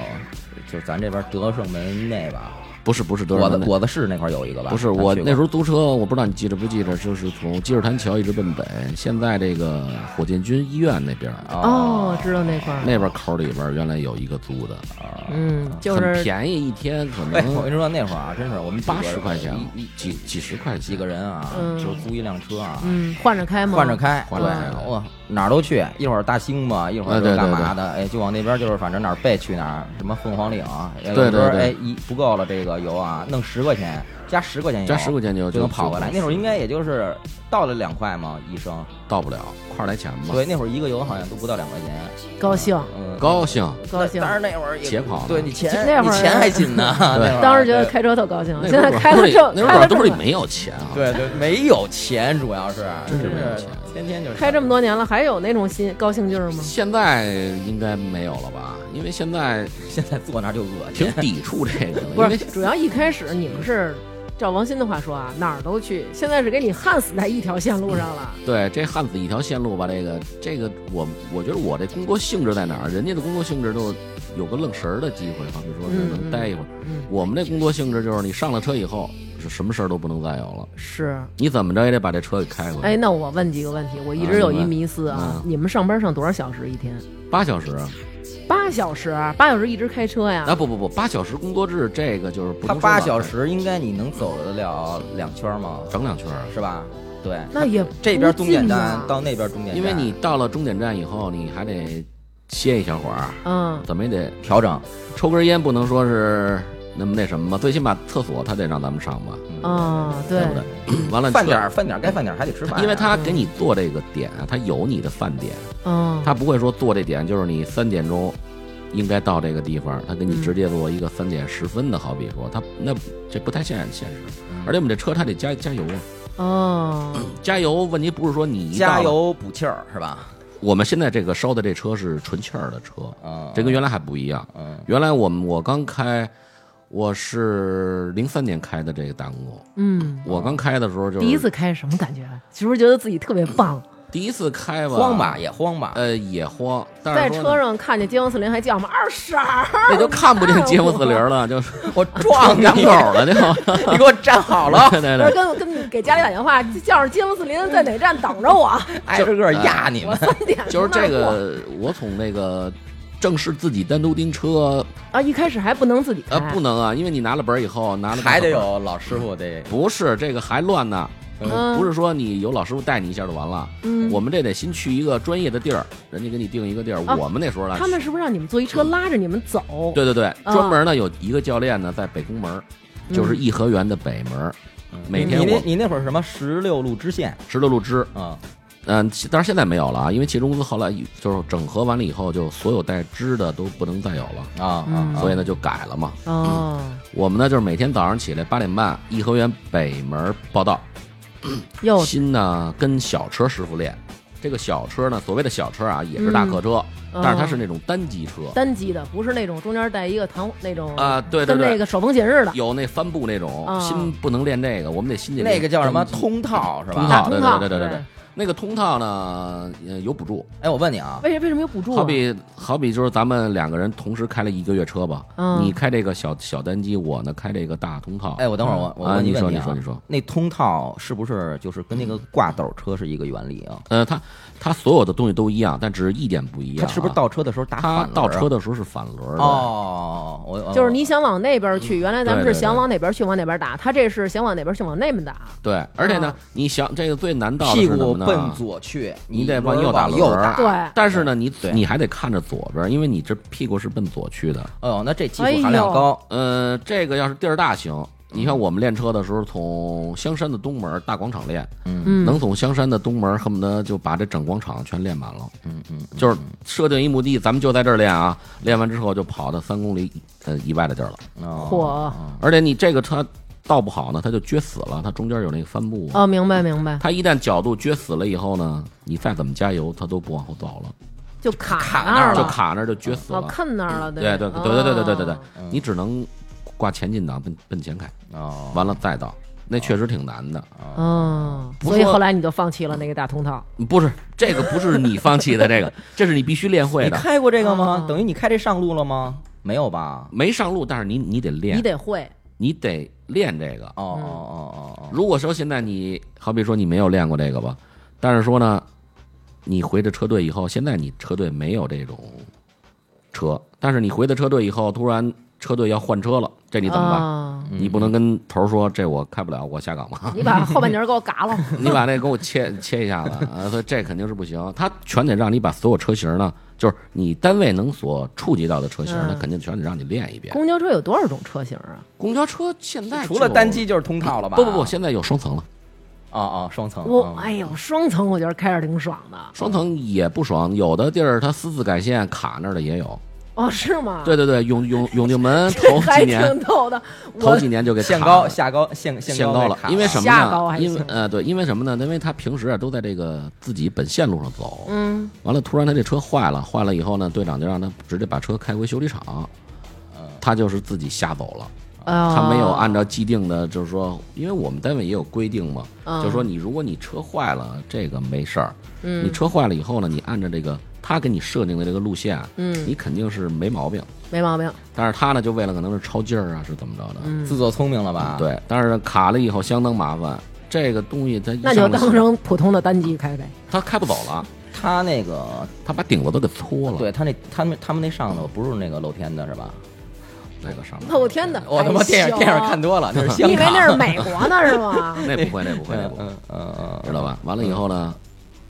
Speaker 2: 就咱这边德胜门那吧，
Speaker 3: 不是不是德
Speaker 2: 我
Speaker 3: 胜
Speaker 2: 的
Speaker 3: 门那
Speaker 2: 我的市那块儿有一个吧？
Speaker 3: 不是我那时
Speaker 2: 候
Speaker 3: 候租车，我不知道你记着不记着，就是从积水潭桥一直奔北，现在这个火箭军医院那边儿，啊
Speaker 4: 哦，知道那块儿，
Speaker 3: 那边口里边儿原来有一个租的，啊
Speaker 4: 嗯，就
Speaker 3: 很
Speaker 4: 是
Speaker 3: 便宜，一天可
Speaker 2: 哎，我跟
Speaker 3: 能
Speaker 2: 你说那会儿啊，真是我们几个
Speaker 3: 嗯八
Speaker 2: 人
Speaker 3: 十块钱，
Speaker 2: 一一
Speaker 3: 几几十块钱
Speaker 2: 几个人啊，
Speaker 4: 嗯
Speaker 2: 就租一辆车啊，
Speaker 4: 嗯，换着开吗？
Speaker 2: 换着。开，
Speaker 3: 换
Speaker 2: 对，
Speaker 3: 着开
Speaker 2: 我哪儿都去，一会儿大兴吧，一会儿
Speaker 3: 啊对
Speaker 2: 就
Speaker 3: 对
Speaker 2: 干嘛的，哎，就往那边就是反正哪儿背去哪儿，什么凤凰岭啊，有
Speaker 3: 对对
Speaker 2: 时候
Speaker 3: 对
Speaker 2: 哎一不够了这个油啊，弄十块钱加十块钱油，
Speaker 3: 加十块钱就
Speaker 2: 就能哦跑回来。那会儿应
Speaker 3: 该
Speaker 2: 该也就是到了两块嘛一升，
Speaker 3: 到不了，块儿来钱吧
Speaker 2: 对，，那会儿一个油好像都不到两块钱，
Speaker 4: 高兴，
Speaker 2: 嗯，
Speaker 3: 高兴。
Speaker 4: 高兴。
Speaker 2: 但是那会儿也
Speaker 3: 且跑呢
Speaker 2: 对你钱
Speaker 4: 那会儿
Speaker 2: 你钱还紧 呢，那会儿
Speaker 4: 当时觉得
Speaker 2: 对
Speaker 4: 开车特高兴，
Speaker 3: 啊那
Speaker 4: 现
Speaker 3: 时候
Speaker 4: 在
Speaker 3: 兜
Speaker 4: 开了
Speaker 3: 里
Speaker 4: 这
Speaker 3: 那时
Speaker 4: 开
Speaker 3: 候
Speaker 4: 了
Speaker 3: 兜
Speaker 4: 这
Speaker 3: 里
Speaker 4: 么
Speaker 3: 没有钱啊，
Speaker 2: 对对没有钱，主要是真
Speaker 3: 是没有
Speaker 2: 是
Speaker 3: 钱
Speaker 2: 天天就是
Speaker 4: 开这么多年了，还有那种心高兴劲儿吗？
Speaker 3: 现在应该没有了吧？因为现在
Speaker 2: 现在坐那儿就恶
Speaker 3: 挺
Speaker 2: 心。
Speaker 3: 抵触这个的，
Speaker 4: 不
Speaker 3: 因
Speaker 4: 是
Speaker 3: 为，
Speaker 4: 主要一开始你们是照王鑫的话说啊，哪儿都去，现在是给你焊死在一条线路上了。
Speaker 3: 对，这汉子一条线路吧，这个这个我我觉得我这工作性质在哪儿？人家的工作性质都有个愣神儿的机会，好比说是
Speaker 4: 嗯
Speaker 3: 能
Speaker 4: 嗯
Speaker 3: 待一会儿。
Speaker 4: 嗯
Speaker 3: 我们这工作性质就是你上了车以后是什么事儿都不能再有了，
Speaker 4: 是，
Speaker 3: 你怎么着也得把这车给开回
Speaker 4: 哎，
Speaker 3: 来。
Speaker 4: 那我问几个问题，我一
Speaker 3: 啊
Speaker 4: 直有
Speaker 3: 你
Speaker 4: 一
Speaker 3: 问
Speaker 4: 迷思啊
Speaker 3: 啊，
Speaker 4: 你们上班上多少小时一天？
Speaker 3: 八小时啊？
Speaker 4: 八小时，八小时一直开车
Speaker 3: 啊
Speaker 4: 呀？
Speaker 3: 不不不，八小时工作制这个就是不
Speaker 2: 他
Speaker 3: 能说
Speaker 2: 八
Speaker 3: 吧
Speaker 2: 小时应该你能走得了两圈吗？
Speaker 3: 整两圈儿，啊
Speaker 2: 是吧？对，
Speaker 4: 那也
Speaker 2: 这边终点站
Speaker 4: 不近啊
Speaker 2: 到那边终点站，
Speaker 3: 因为你到了终点站以后，你还得歇一小会儿，
Speaker 4: 啊嗯，
Speaker 3: 怎么也得
Speaker 2: 调整，
Speaker 3: 抽根烟，不能说是那么那什么吧，最起码厕所他得让咱们上吧，
Speaker 4: 哦，对
Speaker 3: 对不，对？完了
Speaker 2: 嗯饭点
Speaker 3: 儿。
Speaker 2: 儿饭点儿该饭点儿还得吃饭啊，
Speaker 3: 因为他给你做这个点，啊他有你的饭点，
Speaker 4: 嗯，
Speaker 3: 他不会说做这点就是你三点钟应该到这个地方，他给你直接做一个三点十分的，好比说他那这不太现现实，
Speaker 2: 嗯
Speaker 3: 而且我们这车它得加加油啊，
Speaker 4: 哦，
Speaker 3: 加油问题不是说你一到
Speaker 2: 加
Speaker 3: 了，
Speaker 2: 油补气儿是吧？
Speaker 3: 我们现在这个烧的这车是纯气儿的车，
Speaker 2: 啊，
Speaker 3: 这跟原来还不一样，
Speaker 2: 嗯
Speaker 3: 原来我们我刚开。我是零三年开的这个大公共，
Speaker 4: 嗯，
Speaker 3: 我刚开的时候就是
Speaker 4: 第一次开什么感觉？是不是觉得自己特别棒？
Speaker 3: 第一次开吧，
Speaker 2: 慌吧，也慌吧，
Speaker 3: 呃也慌，但是
Speaker 4: 在
Speaker 3: 说呢
Speaker 4: 车上看见街坊四邻还叫我们二婶儿，
Speaker 3: 那就看不见街坊四邻了，就是
Speaker 2: 我撞
Speaker 3: 两
Speaker 2: 你
Speaker 3: 口，了，就，
Speaker 2: 你给我站好了
Speaker 3: 对对
Speaker 4: 不是
Speaker 3: 对，
Speaker 4: 跟跟给家里打电话，叫上街坊四邻在哪站等着我，
Speaker 2: 挨着个压你
Speaker 4: 我
Speaker 3: 呃
Speaker 2: 们。
Speaker 4: 三点
Speaker 3: 就是
Speaker 4: 从那
Speaker 3: 这
Speaker 4: 儿过
Speaker 3: 个，我从那个正式自己单独盯车，呃
Speaker 4: 啊，一开始还不能自己开，
Speaker 3: 呃，不能啊，因为你拿了本儿以后，拿了
Speaker 2: 还得
Speaker 3: 本儿，
Speaker 2: 有老师傅得
Speaker 3: 不是这个还乱呢，呃
Speaker 4: 嗯
Speaker 3: 不是说你有老师傅带你一下就完了。
Speaker 4: 嗯，
Speaker 3: 我们这得先去一个专业的地儿，人家给你定一个地儿。
Speaker 4: 啊
Speaker 3: 我们那时候呢，
Speaker 4: 他们是不是让你们坐一车拉着你们走？
Speaker 3: 对对对，专门呢有一个教练呢在北宫门儿，
Speaker 4: 嗯，
Speaker 3: 就是颐和园的北门儿。每天
Speaker 2: 嗯你那
Speaker 3: 我
Speaker 2: 你那会儿什么十六路支线
Speaker 3: 十六路支，
Speaker 2: 啊？
Speaker 3: 嗯，其当然现在没有了啊，因为汽车公司后来就是整合完了以后，就所有带支的都不能再有了，
Speaker 2: 啊啊
Speaker 4: 嗯
Speaker 2: 啊！
Speaker 3: 所以呢就改了嘛。
Speaker 4: 哦，
Speaker 3: 我们呢就是每天早上起来八点半，颐和园北门儿报到。
Speaker 4: 又
Speaker 3: 新呢跟小车师傅练，这个小车呢所谓的小车啊也
Speaker 4: 嗯
Speaker 3: 是大客
Speaker 4: 哦
Speaker 3: 车，但是它是那种单机车
Speaker 4: 单机的，不是那种中间带一个弹那种
Speaker 3: 啊、对对
Speaker 4: 跟那
Speaker 3: 对，
Speaker 4: 个手风琴似的。
Speaker 3: 有那帆布那种，
Speaker 4: 啊
Speaker 3: 新不能练这个，我们得新得练
Speaker 2: 那个叫什么
Speaker 3: 单机
Speaker 2: 通套是
Speaker 3: 嗯
Speaker 2: 吧？
Speaker 3: 通套，
Speaker 4: 大
Speaker 3: 对
Speaker 4: 通套
Speaker 3: 对对对对对
Speaker 4: 对。
Speaker 3: 那个通套呢，呃，有补助，
Speaker 2: 哎，我问你啊，
Speaker 4: 为什为什么有补助啊？
Speaker 3: 好比好比就是咱们两个人同时开了一个月车吧，
Speaker 4: 嗯
Speaker 3: 你开这个小小单机，我呢开这个大通套。
Speaker 2: 哎，我等会儿我我
Speaker 3: 啊，
Speaker 2: 问
Speaker 3: 你
Speaker 2: 一问
Speaker 3: 说
Speaker 2: 题
Speaker 3: 你
Speaker 2: 啊
Speaker 3: 说你说，
Speaker 2: 那通套是不是就是跟那个挂斗车是一个原理啊？
Speaker 3: 呃，它它所有的东西都一样，但只是一点不一样
Speaker 2: 它
Speaker 3: 啊，
Speaker 2: 是不是倒车的时候打反
Speaker 3: 它
Speaker 2: 轮
Speaker 3: 倒
Speaker 2: 啊
Speaker 3: 车的时候是反轮儿的，
Speaker 2: 哦，我我
Speaker 4: 就是你想往那边去，原来咱们
Speaker 3: 嗯
Speaker 4: 是
Speaker 3: 对对对
Speaker 4: 想往哪边去往哪边打，他这是想往哪边去往那边打。
Speaker 3: 对，而且呢
Speaker 4: 啊，
Speaker 3: 你想这个最难到的
Speaker 2: 哦屁
Speaker 3: 是什
Speaker 2: 股
Speaker 3: 么
Speaker 2: 奔
Speaker 3: 呢？
Speaker 2: 左去，
Speaker 3: 你得
Speaker 2: 往
Speaker 3: 往右打
Speaker 2: 往右
Speaker 3: 轮儿啊
Speaker 2: 打。
Speaker 4: 对，
Speaker 3: 但是呢，你
Speaker 2: 对
Speaker 3: 你还得看着左边，因为你这屁股是奔左去的。
Speaker 2: 哦，那这技
Speaker 4: 哎
Speaker 2: 术
Speaker 4: 呦
Speaker 2: 含量高，
Speaker 3: 呃，这个要是地儿大行，你
Speaker 2: 嗯
Speaker 3: 看我们练车的时候，从香山的东门大广场练，
Speaker 4: 嗯，
Speaker 3: 能从香山的东门恨不得就把这整广场全练满了。
Speaker 2: 嗯嗯，
Speaker 3: 就是设定一目的，咱们就在这儿练啊，练完之后就跑到三公里呃以外的地儿了。
Speaker 2: 哦
Speaker 4: 嚯
Speaker 3: 而且你这个车倒不好呢，它就撅死了，它中间有那个帆布啊。
Speaker 4: 哦，明白明白，
Speaker 3: 它一旦角度撅死了以后呢，你再怎么加油，它都不往后倒了，
Speaker 4: 就卡
Speaker 2: 卡
Speaker 4: 那儿
Speaker 2: 了
Speaker 3: 就
Speaker 4: 了，
Speaker 3: 卡那儿就撅死
Speaker 4: 哦，
Speaker 3: 了。
Speaker 4: 看那儿了，
Speaker 3: 对对
Speaker 4: 吧
Speaker 3: 对对对对对对对
Speaker 4: 哦，
Speaker 3: 你只能挂前进档奔奔前开，
Speaker 2: 哦，
Speaker 3: 完了再倒，那确实挺难的。
Speaker 4: 嗯，
Speaker 3: 不
Speaker 4: 所以
Speaker 3: 错
Speaker 4: 后来你就放弃了那个大通套。
Speaker 3: 不是这个不是你放弃的，这个这是你必须练会
Speaker 2: 你
Speaker 3: 的。
Speaker 2: 开过这个吗
Speaker 4: 啊？
Speaker 2: 等于你开这上路了吗？没有吧？
Speaker 3: 没上路，但是你你得练，
Speaker 4: 你得会，
Speaker 3: 你得练这个。
Speaker 2: 哦哦哦哦哦，
Speaker 3: 如果说现在你好比说你没有练过这个吧，但是说呢，你回的车队以后，现在你车队没有这种车，但是你回的车队以后，突然车队要换车了，这你
Speaker 4: 你
Speaker 3: 怎么办？
Speaker 4: 办？
Speaker 2: 嗯
Speaker 3: 你不能跟头儿说这我开不了，我下岗吧。
Speaker 4: 你把后半截儿给我嘎 了，
Speaker 3: 你把那给我切切一下子，啊，所以这肯定是不行。他全得让你把所有车型呢，就是你单位能所触及到的车型，
Speaker 4: 嗯
Speaker 3: 他肯定全得让你练一遍。
Speaker 4: 公交车有多少种车型啊？
Speaker 3: 公交车现在
Speaker 2: 除了
Speaker 3: 就
Speaker 2: 单机就是通套了吧？
Speaker 3: 不不不，现在有双层了。
Speaker 2: 哦哦，双层。
Speaker 4: 我
Speaker 2: 嗯
Speaker 4: 哎呦，双层我觉得开着挺爽的。
Speaker 3: 双层也不爽，有的地儿它私自改线卡那儿的也有。
Speaker 4: 哦，是吗？
Speaker 3: 对对对，永永永定门
Speaker 4: 这
Speaker 3: 头
Speaker 4: 还
Speaker 3: 几
Speaker 4: 挺
Speaker 3: 年，
Speaker 4: 逗的。
Speaker 3: 头
Speaker 4: 我
Speaker 3: 几年就给
Speaker 2: 限
Speaker 3: 卡
Speaker 2: 高
Speaker 3: 了
Speaker 2: 下高限限
Speaker 3: 限
Speaker 2: 了
Speaker 3: 高了，，因为什么
Speaker 4: 下高
Speaker 3: 呢？
Speaker 4: 还
Speaker 3: 因为
Speaker 4: 行
Speaker 3: 呃对，因为什么呢？因为他平时啊都在这个自己本线路上走，
Speaker 4: 嗯，
Speaker 3: 完了突然他这车坏了，坏了以后呢，队长就让他直接把车开回修理厂，他就是自己瞎走了。他
Speaker 4: 他
Speaker 3: 没有啊按照既定的，就是说，因为我们单位也有规定嘛，
Speaker 4: 嗯
Speaker 3: 就是说你如果你车坏了，这个没事儿，
Speaker 4: 嗯
Speaker 3: 你车坏了以后呢，你按照这个他给你设定的这个路线，
Speaker 4: 嗯
Speaker 3: 你肯定是没毛病。
Speaker 4: 没毛病，
Speaker 3: 但是他呢，就为了可能是抄劲儿啊，是怎么着
Speaker 4: 嗯
Speaker 3: 的，
Speaker 2: 自作聪明了吧？，
Speaker 3: 对，但是卡了以后相当麻烦。这个东西它一
Speaker 4: 那就
Speaker 3: 上了
Speaker 4: 当成普通的单机开呗。
Speaker 3: 他开不走了，
Speaker 2: 他那个，
Speaker 3: 他把顶子都给搓了。，
Speaker 2: 对他那他们他们那上头不是那个露天的是吧？
Speaker 3: 那个上面
Speaker 4: 露哦天的，
Speaker 2: 我他妈
Speaker 4: 还
Speaker 2: 电影
Speaker 4: 行
Speaker 2: 电影看多了，那是香
Speaker 4: 你以哎为
Speaker 2: 港。
Speaker 4: 那是美国呢 是吗？
Speaker 3: 那不会，那不会，那
Speaker 2: 嗯
Speaker 3: 不会，
Speaker 2: 嗯嗯
Speaker 3: 知道吧？完了以后呢，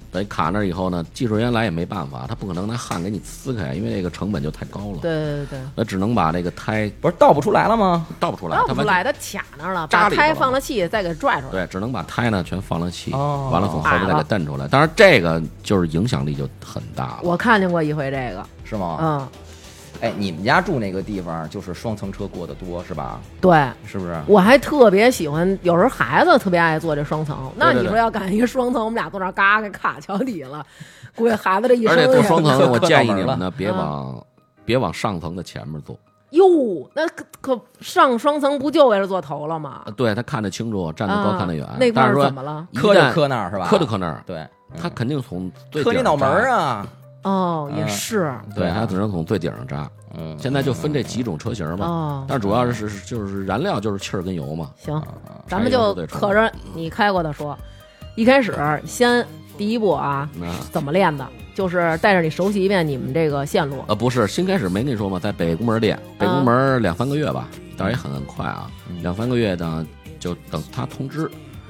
Speaker 3: 得卡那儿以后呢，技术人员来也没办法，他不可能拿焊给你撕开，因为那个成本就太高了。
Speaker 4: 对对对
Speaker 3: 那只能把那个胎
Speaker 2: 不是倒不出来了吗？
Speaker 3: 倒不出
Speaker 4: 对，
Speaker 3: 来，
Speaker 4: 倒
Speaker 3: 它
Speaker 4: 不
Speaker 3: 完
Speaker 4: 出
Speaker 3: 全
Speaker 4: 啊来，他卡那儿了，
Speaker 3: 扎
Speaker 4: 把
Speaker 3: 里头了
Speaker 4: 胎放了气，再给拽出来。
Speaker 3: 对，只能把胎呢全放了气，
Speaker 2: 哦
Speaker 3: 完了从后边
Speaker 4: 摆
Speaker 3: 再给
Speaker 4: 了
Speaker 3: 蹬出来。当然，这个就是影响力就很大了。
Speaker 4: 我看见过一回这个，
Speaker 2: 是吗？
Speaker 4: 嗯，
Speaker 2: 哎，你们家住那个地方就是双层车过得多是吧？
Speaker 4: 对。
Speaker 2: 是不是？
Speaker 4: 我还特别喜欢，有时候孩子特别爱坐这双层。那
Speaker 3: 对
Speaker 4: 你
Speaker 3: 对
Speaker 4: 说要赶一个双层，我们俩坐那儿嘎给卡桥底了， 估计孩子这一
Speaker 3: 而
Speaker 4: 生
Speaker 3: 且坐双
Speaker 2: 也
Speaker 3: 层，
Speaker 2: 不
Speaker 3: 我
Speaker 2: 可
Speaker 3: 建议
Speaker 2: 能
Speaker 3: 你们呢，别
Speaker 4: 嗯
Speaker 3: 往别往上层的前面坐。
Speaker 4: 哟，那可可上双层不就为了坐头了吗
Speaker 3: 啊？对他看得清楚，站得
Speaker 4: 啊
Speaker 3: 高看得远。
Speaker 4: 那块
Speaker 3: 但是
Speaker 4: 儿
Speaker 3: 说
Speaker 4: 怎么了？
Speaker 3: 一
Speaker 2: 磕就
Speaker 3: 旦
Speaker 2: 磕那儿是吧？
Speaker 3: 磕就磕那儿，
Speaker 2: 对，
Speaker 3: 他肯定从最
Speaker 2: 磕你
Speaker 3: 顶
Speaker 2: 脑门儿
Speaker 3: 扎！
Speaker 2: 啊！
Speaker 4: 哦，也
Speaker 2: 嗯
Speaker 4: 是，
Speaker 3: 对，
Speaker 2: 对啊
Speaker 3: 他只能从最顶上扎。
Speaker 2: 嗯，
Speaker 3: 现在就分这几种车型嘛，
Speaker 4: 哦，
Speaker 3: 但主要是是就是燃料就是气儿跟油嘛。
Speaker 4: 行，
Speaker 3: 柴
Speaker 4: 咱们
Speaker 3: 油
Speaker 4: 就是
Speaker 3: 最
Speaker 4: 可着你开过的说，一开始先第一步啊，
Speaker 3: 那
Speaker 4: 怎么练的？就是带着你熟悉一遍你们这个线路。
Speaker 3: 呃，不是，新开始没跟你说吗？在北宫门练，北
Speaker 4: 嗯
Speaker 3: 宫
Speaker 2: 嗯
Speaker 3: 门两三个月吧，倒也很快啊，两三个月呢，就等他通知。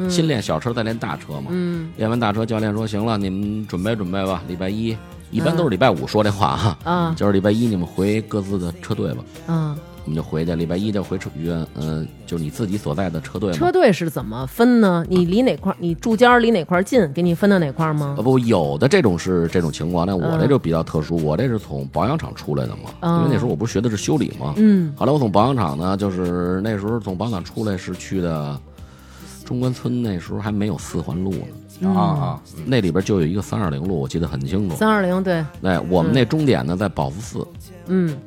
Speaker 3: 先练小车，再练大车嘛。
Speaker 4: 嗯
Speaker 3: 练完大车，教练说：“行了，你们准备准备吧，礼拜一，一
Speaker 4: 嗯
Speaker 3: 般都是礼拜五说这话啊，
Speaker 4: 啊
Speaker 3: 就是礼拜一你们回各自的车队吧。”
Speaker 4: 啊，
Speaker 3: 我们就回去，礼拜一就回车原，呃，就是你自己所在的车队嘛。
Speaker 4: 车队是怎么分呢？你离哪块儿？你住间儿离哪块儿近？给你分到哪块儿吗
Speaker 3: 呃？不，有的这种是这种情况，但我
Speaker 4: 嗯
Speaker 3: 这就比较特殊，我这是从保养厂出来的嘛，
Speaker 4: 嗯
Speaker 3: 因为那时候我不是学的是修理嘛。
Speaker 4: 嗯
Speaker 3: 后来我从保养厂呢，就是那时候从保养厂出来是去的中关村，那时候还没有四环路呢，
Speaker 2: 啊啊，
Speaker 3: 那里边就有一个三二零路，我记得很清楚。
Speaker 4: 三二零对，
Speaker 3: 哎，我们那终点呢在保福寺，
Speaker 4: 嗯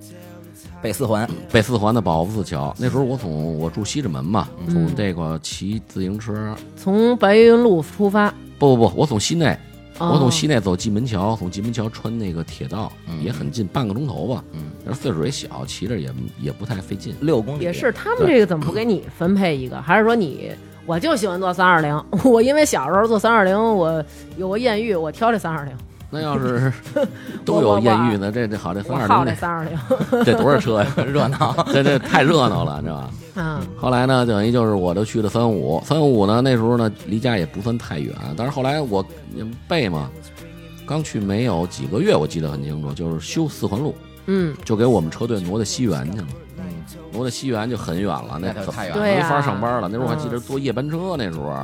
Speaker 2: 北四环，
Speaker 3: 北四环的保福寺桥。那时候我从我住西直门嘛，
Speaker 4: 嗯
Speaker 3: 从这块骑自行车，
Speaker 4: 从白云路出发。
Speaker 3: 不不不，我从西内。
Speaker 4: 哦
Speaker 3: 我从西内走蓟门桥，从蓟门桥穿那个铁道，
Speaker 2: 嗯
Speaker 3: 也很近，半个钟头吧。
Speaker 2: 嗯，
Speaker 3: 但是岁数也小，骑着也也不太费 劲。
Speaker 2: 六公里
Speaker 4: 也是，他们这个怎么不给你分配一个？还是说你我就喜欢坐三二零？我因为小时候坐三二零，我有过艳遇，我挑这三二零，
Speaker 3: 那要 是都有艳遇呢，这这好，这
Speaker 4: 我
Speaker 3: 三
Speaker 4: 好
Speaker 3: 二
Speaker 4: 这
Speaker 3: 零
Speaker 4: 三二零
Speaker 3: 这这多少车呀？
Speaker 2: 热 闹，
Speaker 3: 这这太热闹了，你知道吧？
Speaker 4: 啊。
Speaker 3: 后来呢，等于就是我就去了三五，三五呢那时候呢离家也不算太远，但是后来我嗯背嘛，刚去没有几个月，我记得很清楚，就是修四环路，
Speaker 4: 嗯，
Speaker 3: 就给我们车队挪到西园去了。
Speaker 2: 嗯
Speaker 3: 挪到西园就很远了，那
Speaker 2: 那就
Speaker 3: 怎
Speaker 2: 太远
Speaker 4: 了对
Speaker 3: 没
Speaker 4: 呀
Speaker 3: 法上班了。那时候我还记得
Speaker 4: 嗯
Speaker 3: 坐夜班车，那时候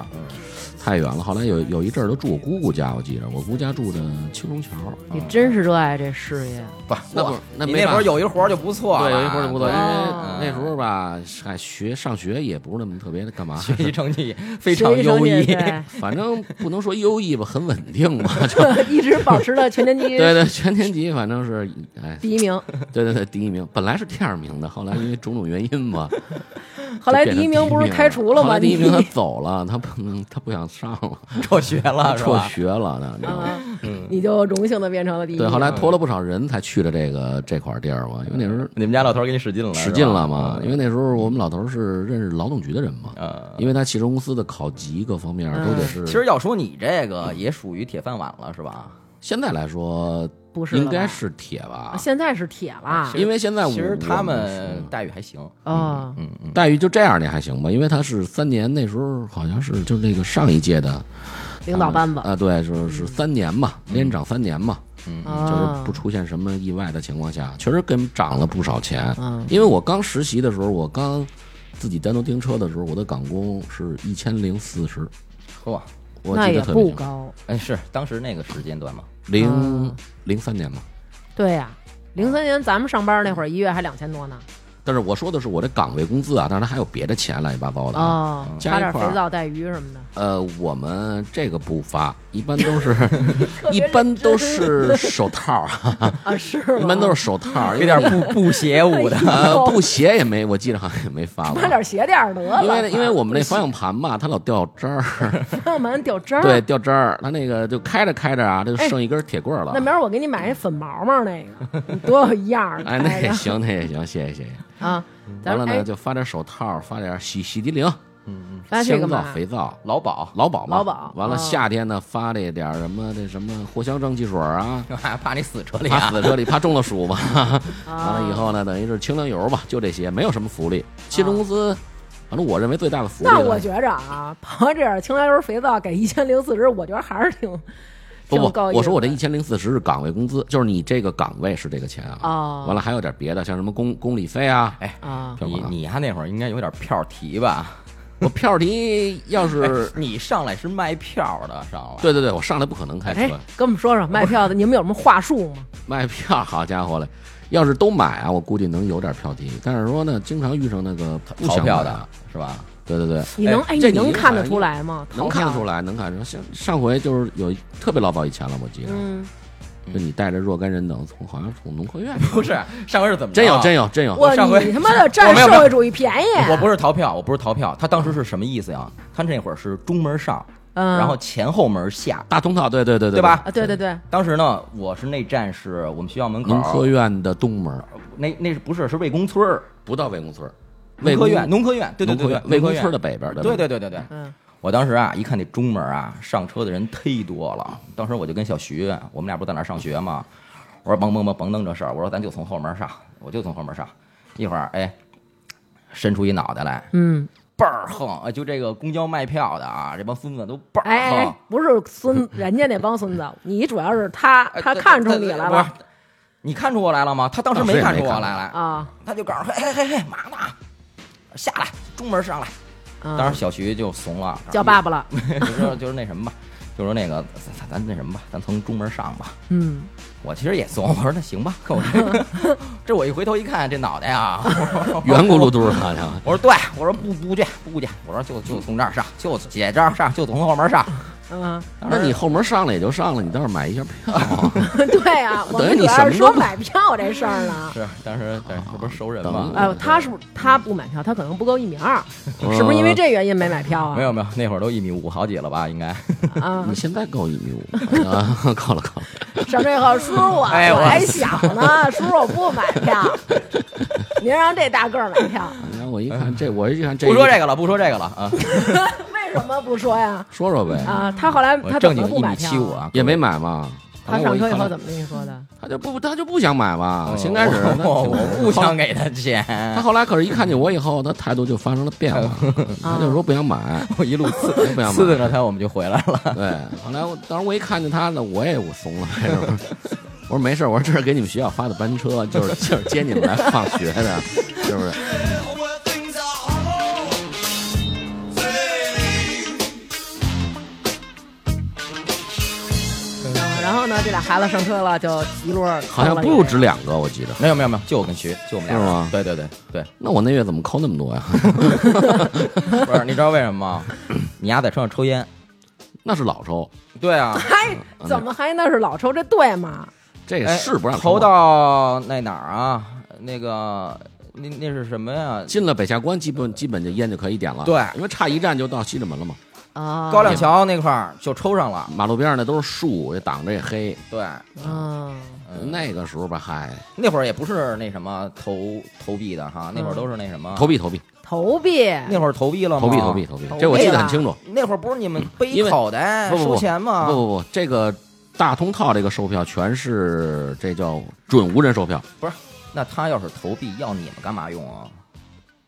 Speaker 3: 太远了。后来有有一阵儿都住我姑姑家，我记着我姑家住的青龙桥，
Speaker 4: 你真是热爱这事业，
Speaker 2: 不，
Speaker 3: 那不
Speaker 2: 我
Speaker 3: 那
Speaker 2: 你
Speaker 3: 没
Speaker 2: 那
Speaker 3: 办
Speaker 2: 会儿
Speaker 3: 法
Speaker 2: 有一活儿就不错了，
Speaker 3: 对，有一会儿就不 错，因为
Speaker 4: 哦
Speaker 3: 那时候吧，嗨，学上学也不是那么特别的干嘛，
Speaker 2: 学习成绩非常优
Speaker 4: 学习成绩，
Speaker 2: 异
Speaker 4: 对
Speaker 3: 反正不能说优异吧，很稳定吧，就
Speaker 4: 一直保持到全年级
Speaker 3: 对对，全年级反正是哎，
Speaker 4: 第一名，
Speaker 3: 对对对，第一名，本来是第二名的，后来因为种种原因嘛，
Speaker 4: 后来
Speaker 3: 就变
Speaker 4: 第
Speaker 3: 成
Speaker 4: 一名不是
Speaker 3: 了
Speaker 4: 开除了
Speaker 3: 后
Speaker 4: 吗？
Speaker 3: 来第一
Speaker 4: 你
Speaker 3: 名他走了， 他不能他不想上了。
Speaker 2: 辍学了是
Speaker 3: 辍
Speaker 2: 吧？
Speaker 3: 学了呢，你知道吗？
Speaker 4: 啊，你就荣幸的变成了第一名。
Speaker 3: 嗯对，后来托了不少人才去了这个这块地儿嘛，因为那时候
Speaker 2: 你们家老头儿给你使劲了，
Speaker 3: 使劲了嗯
Speaker 2: 嘛
Speaker 3: 嘛，，因为那时候我们老头儿是认识劳动局的人嘛，
Speaker 2: 呃，
Speaker 3: 因为他汽车公司的考级各方面都得是，
Speaker 2: 其实要说你这个也属于铁饭碗了是吧？
Speaker 3: 现在来说
Speaker 4: 不是了
Speaker 3: 应
Speaker 4: 吧
Speaker 3: 该是铁吧啊
Speaker 4: 啊，现在是铁了
Speaker 2: 其实
Speaker 3: 因为现在我
Speaker 2: 其实他们
Speaker 3: 我
Speaker 2: 待遇还行，
Speaker 4: 啊，
Speaker 2: 嗯嗯，
Speaker 3: 待遇就这样，你还行吧？因为他是三年，那时候好像是就是那个上一届的
Speaker 4: 领导班子
Speaker 3: 啊，对，就是是三年嘛，连长三年嘛，嗯就是
Speaker 4: 啊
Speaker 3: 不，出现什么意外的情况下，确实给我们涨了不少钱。
Speaker 4: 嗯
Speaker 3: 因为我刚实习的时候，我刚自己单独停车的时候，我的岗工是一千零四十，
Speaker 2: 嚯，
Speaker 3: 我
Speaker 4: 那
Speaker 3: 记
Speaker 4: 也
Speaker 3: 得特别
Speaker 4: 不
Speaker 3: 清楚。
Speaker 4: 高，
Speaker 2: 哎，是当时那个时间段嘛，
Speaker 3: 零
Speaker 4: 嗯
Speaker 3: 零三年嘛，
Speaker 4: 对呀。零三年咱们上班那
Speaker 3: 嗯
Speaker 4: 会儿，一月还两千多呢。
Speaker 3: 但是我说的是我这岗位工资啊，当然还有别的钱乱七八糟的啊。
Speaker 4: 哦，
Speaker 3: 加
Speaker 4: 发
Speaker 3: 一
Speaker 4: 点
Speaker 3: 块儿
Speaker 4: 肥皂、带鱼什么的。
Speaker 3: 呃，我们这个不发，一般 都是一般都是手套儿，
Speaker 4: 啊，是
Speaker 3: 一般都是手套儿，
Speaker 2: 有
Speaker 3: 有，
Speaker 2: 点不不协舞的
Speaker 3: 呃布鞋也没，我记得好像也没发过
Speaker 4: 买。点鞋垫儿得了。
Speaker 3: 因为因为我们那方向盘吧，它老掉 渣儿，
Speaker 4: 方向盘掉渣儿。
Speaker 3: 嗯对，，掉渣儿，它那个就开着开着啊，这就剩一根铁棍儿了。
Speaker 4: 哎那明儿我给你买一粉毛毛那 个，你多有一样儿。
Speaker 3: 哎，那也行，那也行，谢谢谢谢。
Speaker 4: 啊，
Speaker 3: 完
Speaker 4: 咱
Speaker 3: 了
Speaker 4: 们
Speaker 3: 呢，
Speaker 4: 哎，
Speaker 3: 就发点手套，发点洗洗涤灵、
Speaker 4: 咱这个
Speaker 3: 香皂
Speaker 4: 嘛、，
Speaker 3: 肥皂、
Speaker 2: 劳 保，
Speaker 3: 劳保嘛。
Speaker 4: 劳保
Speaker 3: 完了，
Speaker 4: 哦
Speaker 3: 夏天呢发这点儿什么这什么藿香正气水啊，
Speaker 2: 怕你死车里
Speaker 3: 怕
Speaker 2: 啊，
Speaker 3: 死这里，怕中了暑嘛。
Speaker 4: 啊
Speaker 3: 完了以后呢，等于是清凉油吧，就这些，没有什么福利。汽车公司，反正我认为最大的福利呢。
Speaker 4: 啊那我觉着啊，刨这点儿清凉油、肥皂给一千零四十，我觉得还是挺
Speaker 3: 不
Speaker 4: 挺
Speaker 3: 不
Speaker 4: 高，兴的。
Speaker 3: 我说我这一千零四十是岗位工资，就是你这个岗位是这个钱啊。
Speaker 4: 哦
Speaker 3: 完了还有点别的，像什么工工理费啊。
Speaker 2: 哎
Speaker 4: 啊，
Speaker 3: 干
Speaker 2: 你
Speaker 3: 嘛
Speaker 2: 你呀那会儿应该有点票题 吧？哎
Speaker 3: 我票题要是，
Speaker 4: 哎
Speaker 2: 你上来是卖票的上来，
Speaker 3: 对对对，我上来不可能开
Speaker 4: 哎
Speaker 3: 车，，
Speaker 4: 跟我们说说卖票的，你们有什么话术吗？
Speaker 2: 哎
Speaker 3: 卖票，好家伙嘞！要是都买啊，我估计能有点票题。但是说呢，经常遇上那个不
Speaker 2: 逃
Speaker 3: 想
Speaker 2: 票
Speaker 3: 买啊
Speaker 2: 的，是吧？
Speaker 3: 对对对，
Speaker 4: 你能
Speaker 2: 哎
Speaker 4: 哎，
Speaker 3: 这
Speaker 4: 你
Speaker 3: 你
Speaker 4: 能
Speaker 3: 一
Speaker 4: 看得
Speaker 3: 看
Speaker 4: 出来吗？
Speaker 3: 能看得出
Speaker 4: 来。
Speaker 3: 来，能看出来。像上回就是有特别老早以前了，我记得，
Speaker 4: 嗯，
Speaker 3: 就你带着若干人等，从好像从农科院，
Speaker 2: 不是上回是怎么着
Speaker 3: 真有
Speaker 2: 啊
Speaker 3: 真有真有，
Speaker 4: 嗯我
Speaker 2: 上回
Speaker 4: 你他妈的占
Speaker 2: 我没有
Speaker 4: 社会主义便宜，啊
Speaker 2: 我不是逃票，我不是逃票，他当时是什么意思呀？他那会儿是中门上，
Speaker 4: 嗯
Speaker 2: 然后前后门下，
Speaker 3: 大通道，对对对对
Speaker 2: 对吧？？
Speaker 4: 啊，对对对，
Speaker 2: 当时呢，我是那站是我们学校门口
Speaker 3: 农，科院的东门，
Speaker 2: 那那是不是是魏公村儿？
Speaker 3: 不到魏公村，
Speaker 2: 农
Speaker 3: 魏
Speaker 2: 科
Speaker 3: 公
Speaker 2: 院，农科院，对对对对
Speaker 3: 农科院，
Speaker 2: 农
Speaker 3: 魏
Speaker 2: 科
Speaker 3: 公
Speaker 2: 院
Speaker 3: 村的北边儿对
Speaker 2: 对
Speaker 3: 吧
Speaker 2: 对对对对。
Speaker 4: 嗯
Speaker 2: 我当时啊，一看那中门啊，上车的人忒多了。当时我就跟小徐，我们俩不是在那儿上学嘛，我说甭甭甭甭弄这事儿，我说咱就从后门上，我就从后门上。一会儿，哎，伸出一脑袋来，
Speaker 4: 嗯，
Speaker 2: 倍儿横，哎就这个公交卖票的啊，这帮孙子都倍儿
Speaker 4: 哎哎，
Speaker 2: 横
Speaker 4: 哎。不是 孙，人家那帮孙子，你主要是他，
Speaker 2: 哎
Speaker 4: 他
Speaker 2: 对
Speaker 4: 看出
Speaker 2: 对
Speaker 4: 你
Speaker 2: 对
Speaker 4: 来
Speaker 2: 不是
Speaker 4: 了，
Speaker 2: 你看出我来了吗？他当时
Speaker 3: 当时也
Speaker 2: 看
Speaker 3: 没
Speaker 2: 出我
Speaker 3: 看
Speaker 2: 来来，
Speaker 4: 啊
Speaker 2: 他就告诉我，嘿嘿嘿嘿，嘛呢？下来，中门上来。
Speaker 4: 啊！
Speaker 2: 当时小徐就怂了，
Speaker 4: 叫爸爸了，
Speaker 2: 就说就是那什么吧，就说那个咱咱咱那什么吧，咱从中门上吧。
Speaker 4: 嗯，
Speaker 2: 我其实也怂，我说那行吧，跟我这个， 这我一回头一看，这脑袋啊，
Speaker 3: 圆咕噜 嘟儿好像。
Speaker 2: 我说对，我说不不去不去，我说就就从这儿上，就姐这儿上，就从后门上。
Speaker 4: 嗯，
Speaker 2: 当
Speaker 3: 那
Speaker 2: 时
Speaker 3: 你后门上了也就上了，你倒是买一下票啊，
Speaker 4: 对 啊，我
Speaker 3: 等于
Speaker 4: 们主
Speaker 3: 你什
Speaker 4: 要
Speaker 3: 么
Speaker 4: 是
Speaker 3: 都
Speaker 4: 说
Speaker 3: 不
Speaker 4: 买票这事儿呢。
Speaker 2: 是当时 对，这不是熟人
Speaker 3: 等
Speaker 2: 吗？
Speaker 4: 呃，他是不他不买票，他可能不够一米二， 是不是因为这原因没买票啊？
Speaker 2: 没有没有，那会儿都一米五好几了吧，应该。
Speaker 4: 啊
Speaker 3: 呃你，现在够一米五啊，够了 够了。
Speaker 4: 上这以 后，叔叔我
Speaker 2: 哎
Speaker 4: 我
Speaker 2: 我
Speaker 4: 还小呢，叔叔我不买票，您让这大个儿买 票，
Speaker 3: 你看我一看这，我一看这，
Speaker 2: 不说这个了，不说这个了啊，
Speaker 4: 为什么不说呀？
Speaker 3: 说说呗，
Speaker 4: 啊，他后来他
Speaker 2: 我
Speaker 4: 怎
Speaker 2: 正
Speaker 4: 么
Speaker 2: 经
Speaker 4: 不
Speaker 2: 一
Speaker 4: 买
Speaker 2: 米
Speaker 4: 票？
Speaker 2: 七五，啊，
Speaker 3: 也没买嘛。
Speaker 4: 他
Speaker 3: 后来我
Speaker 4: 上
Speaker 3: 一
Speaker 4: 车以后哦
Speaker 3: 看
Speaker 4: 怎么跟你说的？
Speaker 3: 他就不他就不想买嘛，先开始
Speaker 2: 哦我
Speaker 3: 他
Speaker 2: 我我不想给他
Speaker 3: 他
Speaker 2: 钱，
Speaker 3: 后来可是一看见我以后，他态度就发生了变 化，他就说不想买。
Speaker 2: 哦我一路刺
Speaker 3: 真不想买
Speaker 2: 刺着他，我们就回来了。
Speaker 3: 对，后来我当时我一看见他呢，我也 我怂了，我说没事儿，我说这是给你们学校发的班车，就是 就是接你们来放学的，是不是？
Speaker 6: where things are wholesale.
Speaker 4: 然后呢，这俩孩子上车了，就一路儿
Speaker 3: 好像
Speaker 4: 蹬了一
Speaker 3: 不
Speaker 4: 人
Speaker 3: 止两个，我记着。
Speaker 2: 没有没有没有，就我跟徐，就我们俩人
Speaker 3: 是吗
Speaker 2: 对对对对，
Speaker 3: 那我那月怎么扣那么多呀？
Speaker 2: 不是，你知道为什么 吗？你丫在车上抽烟。
Speaker 3: 那是老抽，
Speaker 2: 对啊，
Speaker 4: 嗨，怎么还那是老抽？这对吗？
Speaker 3: 这个
Speaker 2: 哎
Speaker 3: 是不让
Speaker 2: 投
Speaker 3: 抽。
Speaker 2: 到
Speaker 3: 啊
Speaker 2: 那哪儿啊？那个那那是什么呀？
Speaker 3: 进了北下关，基本基本就烟就可以点了。
Speaker 2: 对
Speaker 3: 因为差一站就到西直门了嘛，
Speaker 4: 啊，
Speaker 2: 高粱桥那块儿就抽上了。
Speaker 3: 马路边上那都是树，也挡着也黑。
Speaker 2: 对，
Speaker 4: 嗯，
Speaker 2: 嗯
Speaker 3: 那个时候吧，嗨，
Speaker 2: 那会儿也不是那什么投投币的哈，那会儿都是那什么
Speaker 3: 嗯投币投币
Speaker 4: 投币，
Speaker 2: 那会儿投币了吗？
Speaker 3: 投币投币。投币
Speaker 4: 投，
Speaker 3: 这我
Speaker 4: 币
Speaker 3: 记得
Speaker 4: 了
Speaker 3: 很清楚。
Speaker 2: 那会儿不是你们背
Speaker 3: 因为
Speaker 2: 一口袋
Speaker 3: 不不不
Speaker 2: 收钱吗？
Speaker 3: 不不不，这个大通套这个售票全是这叫准无人售票，
Speaker 2: 那他要是投币，要你们干嘛用啊？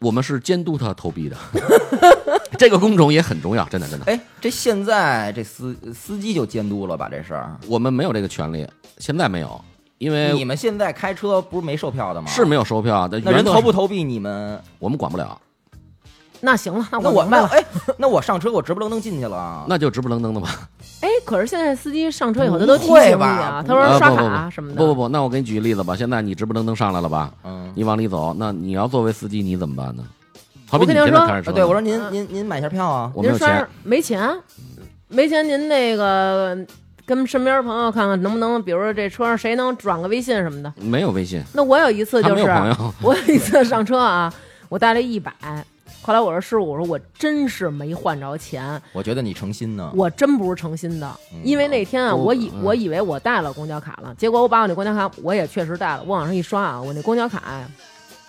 Speaker 3: 我们是监督他投币的，这个工种也很重要，真的真的，
Speaker 2: 哎，这现在这司司机就监督了吧这事儿？
Speaker 3: 我们没有这个权利，现在没有，因
Speaker 2: 你
Speaker 3: 为
Speaker 2: 们现在开车不是没售票的吗？
Speaker 3: 呃是没有售票的，
Speaker 2: 那人
Speaker 3: 原则
Speaker 2: 投
Speaker 3: 是
Speaker 2: 不投币，你们
Speaker 3: 我们管不了，
Speaker 4: 那行了，那
Speaker 2: 那
Speaker 4: 我
Speaker 2: 我
Speaker 4: 明白
Speaker 2: 那
Speaker 4: 了。
Speaker 2: 哎，那我上车我直不愣登进去了。啊
Speaker 3: 那就直不愣登的吧。
Speaker 4: 哎，可是现在司机上车以后，他
Speaker 2: 不
Speaker 4: 都提
Speaker 2: 会
Speaker 4: 醒你
Speaker 2: 吧
Speaker 4: 啊，
Speaker 2: 不
Speaker 4: 他说
Speaker 3: 呃
Speaker 4: 刷
Speaker 3: 不不
Speaker 4: 卡
Speaker 3: 不
Speaker 4: 什么的。
Speaker 3: 不不不，那我给你举个例子吧，现在你直不愣登上来了吧？
Speaker 2: 嗯，
Speaker 3: 你往里走，那你要作为司机你怎么办呢？好比
Speaker 4: 我
Speaker 3: 你
Speaker 4: 跟
Speaker 3: 现
Speaker 4: 您
Speaker 3: 在
Speaker 4: 说
Speaker 3: 开着车
Speaker 2: 啊，
Speaker 3: 呢，
Speaker 2: 对，我说您
Speaker 4: 嗯
Speaker 2: 您您买下票啊，
Speaker 3: 我没有
Speaker 4: 您身
Speaker 3: 钱
Speaker 4: 上，没钱，没钱，您那个跟身边朋友看看能不能，比如说这车上谁能转个微信什么的。
Speaker 3: 没有微信，
Speaker 4: 那我有一次
Speaker 3: 他
Speaker 4: 就
Speaker 3: 没
Speaker 4: 是
Speaker 3: 有，朋友，
Speaker 4: 我有一次上车啊，我带了一百。后来我说师傅，我说我真是没换着钱，
Speaker 2: 我觉得你诚心呢。
Speaker 4: 我真不是诚心的，因为那天啊，
Speaker 3: 不
Speaker 4: 我以
Speaker 3: 嗯
Speaker 4: 我以为我带了公交卡了，结果我把我那公交卡我也确实带了，我往上一刷啊，我那公交卡呀，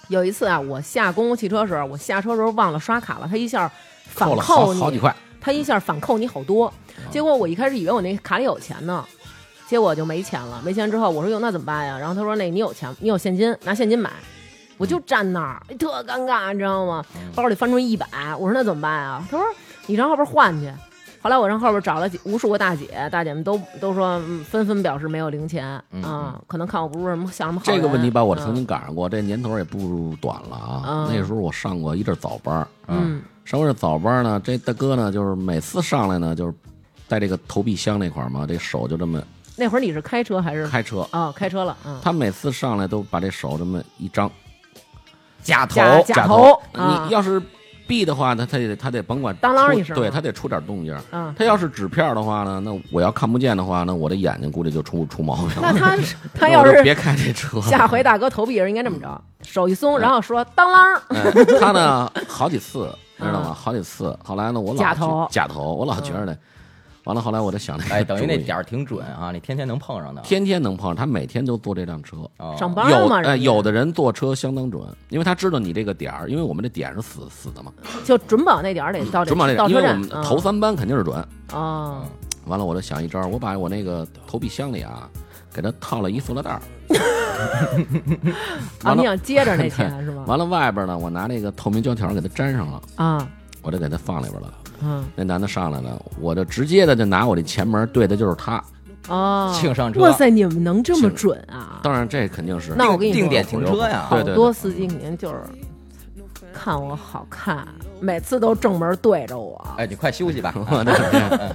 Speaker 4: 有一次啊，我下公共汽车时候，我下车时候忘了刷卡了，他一下反
Speaker 3: 扣了好
Speaker 4: 扣
Speaker 3: 好几
Speaker 4: 你，
Speaker 3: 块，
Speaker 4: 他一下反扣你好多，
Speaker 3: 啊
Speaker 4: 结果我一开始以为我那卡里有钱呢，结果就没钱了，没钱之后我说哟那怎么办呀？然后他说那你有钱，你有现金，拿现金买。我就站那儿，
Speaker 3: 嗯
Speaker 4: 特尴尬，你知道吗？包里翻出一百，我说那怎么办啊？他说你上后边换去。后来我上后边找了几无数个大姐，大姐们都都说、嗯纷纷表示没有零钱、啊，可能看我不是什么像什么好
Speaker 3: 嗯这个
Speaker 4: 人
Speaker 3: 问题吧，我曾
Speaker 4: 嗯
Speaker 3: 经赶上过，这年头也不短了啊
Speaker 4: 嗯。
Speaker 3: 那时候我上过一阵早班儿，啊
Speaker 4: 嗯
Speaker 3: 上过一阵早班儿呢，这大哥呢，就是每次上来呢，就是带这个投币箱那块儿嘛，这手就这么
Speaker 4: 那会儿你是开车还是
Speaker 3: 开车，
Speaker 4: 哦开车了嗯
Speaker 3: 他每次上来都把这手这么一张，
Speaker 2: 假投，
Speaker 4: 假假头啊
Speaker 3: 你要是币的话，他他得他得甭管出，
Speaker 4: 当啷一声
Speaker 3: 对
Speaker 4: 啊
Speaker 3: 他得出点动静儿。
Speaker 4: 嗯，
Speaker 3: 他要是纸片儿的话呢，那我要看不见的话，那我这眼睛估计就出出毛病了。
Speaker 4: 那 他是他
Speaker 3: 那
Speaker 4: 要
Speaker 3: 我就是别开这 车了，
Speaker 4: 下回大哥投币也是应该这么着，
Speaker 3: 嗯
Speaker 4: 手一松，然后说当啷儿，
Speaker 3: 哎他呢，好几次，知道吗？好几次。后来呢，我老
Speaker 4: 嗯假头
Speaker 3: 觉假头，我老觉着呢。完了，后来我就想那个主意，
Speaker 2: 哎，等于那点儿挺准啊，你天天能碰上的。
Speaker 3: 天天能碰上，他每天都坐这辆车。
Speaker 2: 哦
Speaker 4: 上班
Speaker 3: 有
Speaker 4: 嘛，
Speaker 3: 呃，
Speaker 4: 人家
Speaker 3: 有的人坐车相当准，因为他知道你这个点儿，因为我们这点儿是死死的嘛，
Speaker 4: 就准保那点儿得到
Speaker 3: 准保这点
Speaker 4: 到
Speaker 3: 儿，因
Speaker 4: 车
Speaker 3: 为我
Speaker 4: 站嗯
Speaker 3: 们头三嗯班肯定是准。
Speaker 4: 啊啊，
Speaker 3: 完了，我就想一招儿，我把我那个投币箱里啊，给它套了一塑 料袋儿。
Speaker 4: 啊
Speaker 3: 完
Speaker 4: 你
Speaker 3: 了，
Speaker 4: 啊想接着那钱是吧？
Speaker 3: 完了外边呢，我拿那个透明胶条给它粘上了。
Speaker 4: 啊，
Speaker 3: 我就给他放里边了。
Speaker 4: 嗯
Speaker 3: 那男的上来了，我就直接的就拿我这前门对的就是他。
Speaker 4: 哦，
Speaker 2: 请上车，
Speaker 4: 哇塞，你们能这么准啊？
Speaker 3: 当然，这肯定是
Speaker 4: 那我跟你说，
Speaker 2: 定点停车呀，
Speaker 4: 好
Speaker 3: 对对
Speaker 4: 多司机肯定就是看我好看，每次都正门对着我。
Speaker 2: 哎，你快休息 吧，
Speaker 3: 我的天！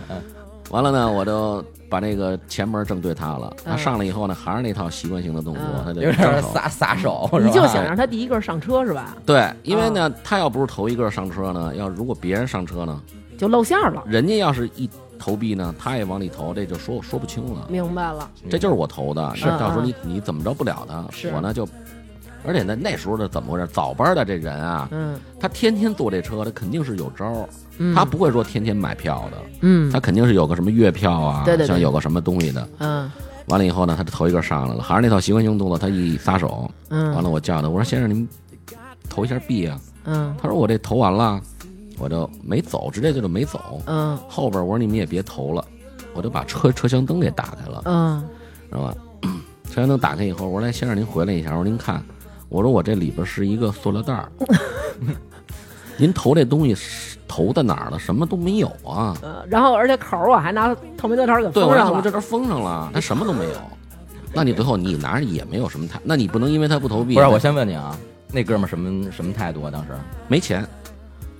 Speaker 3: 完了呢，我就把那个前门正对他了。他上来以后呢，还是那套习惯性的动作，
Speaker 4: 嗯
Speaker 3: 他就
Speaker 2: 有点
Speaker 3: 正手。
Speaker 2: 撒撒手，
Speaker 4: 你
Speaker 2: 是
Speaker 4: 就
Speaker 2: 吧
Speaker 4: 想让他第一个上车是吧？
Speaker 3: 对，因为
Speaker 4: 嗯
Speaker 3: 呢，他要不是头一个上车呢，要如果别人上车呢，
Speaker 4: 就露馅儿了，
Speaker 3: 人家要是一投币呢，他也往里投，这就说说不清
Speaker 2: 嗯
Speaker 3: 了。
Speaker 4: 明白了，
Speaker 3: 这就是我投的，
Speaker 4: 是
Speaker 3: 那到时候你你怎么着不了他
Speaker 4: 嗯是，
Speaker 3: 我呢就，而且呢那时候的怎么回事？早班的这人啊，
Speaker 4: 嗯
Speaker 3: 他天天坐这车，他肯定是有招儿，
Speaker 4: 嗯，
Speaker 3: 他不会说天天买票的，
Speaker 4: 嗯
Speaker 3: 他肯定是有个什么月票啊，
Speaker 4: 对对对
Speaker 3: 像有个什么东西的。
Speaker 4: 嗯
Speaker 3: 完了以后呢，他就头一个上来了，还是那套习惯性动作，他一撒手，完
Speaker 4: 嗯
Speaker 3: 了我叫他，我说先生您投一下币啊，
Speaker 4: 嗯
Speaker 3: 他说我这投完了，我就没走，直接就就没走。
Speaker 4: 嗯
Speaker 3: 后边我说你们也别投了，我就把车车厢灯给打开了，
Speaker 4: 嗯
Speaker 3: 知道吧？ 车厢灯打开以后，我说来哎先生您回来一下，我说您看，我说我这里边是一个塑料 袋儿，您投这东西是投在哪儿了？什么都没有啊！
Speaker 4: 嗯，然后而且口儿我还拿透明胶条给封
Speaker 3: 对，我
Speaker 4: 上
Speaker 3: 让他
Speaker 4: 了
Speaker 3: 这，边封上了，他什么都没有。那你最后你拿着也没有什么太，那你不能因为他不投币，
Speaker 2: 不是，我
Speaker 3: 他
Speaker 2: 先问你啊，那哥们儿什么什么态度啊？当时，
Speaker 3: 没钱，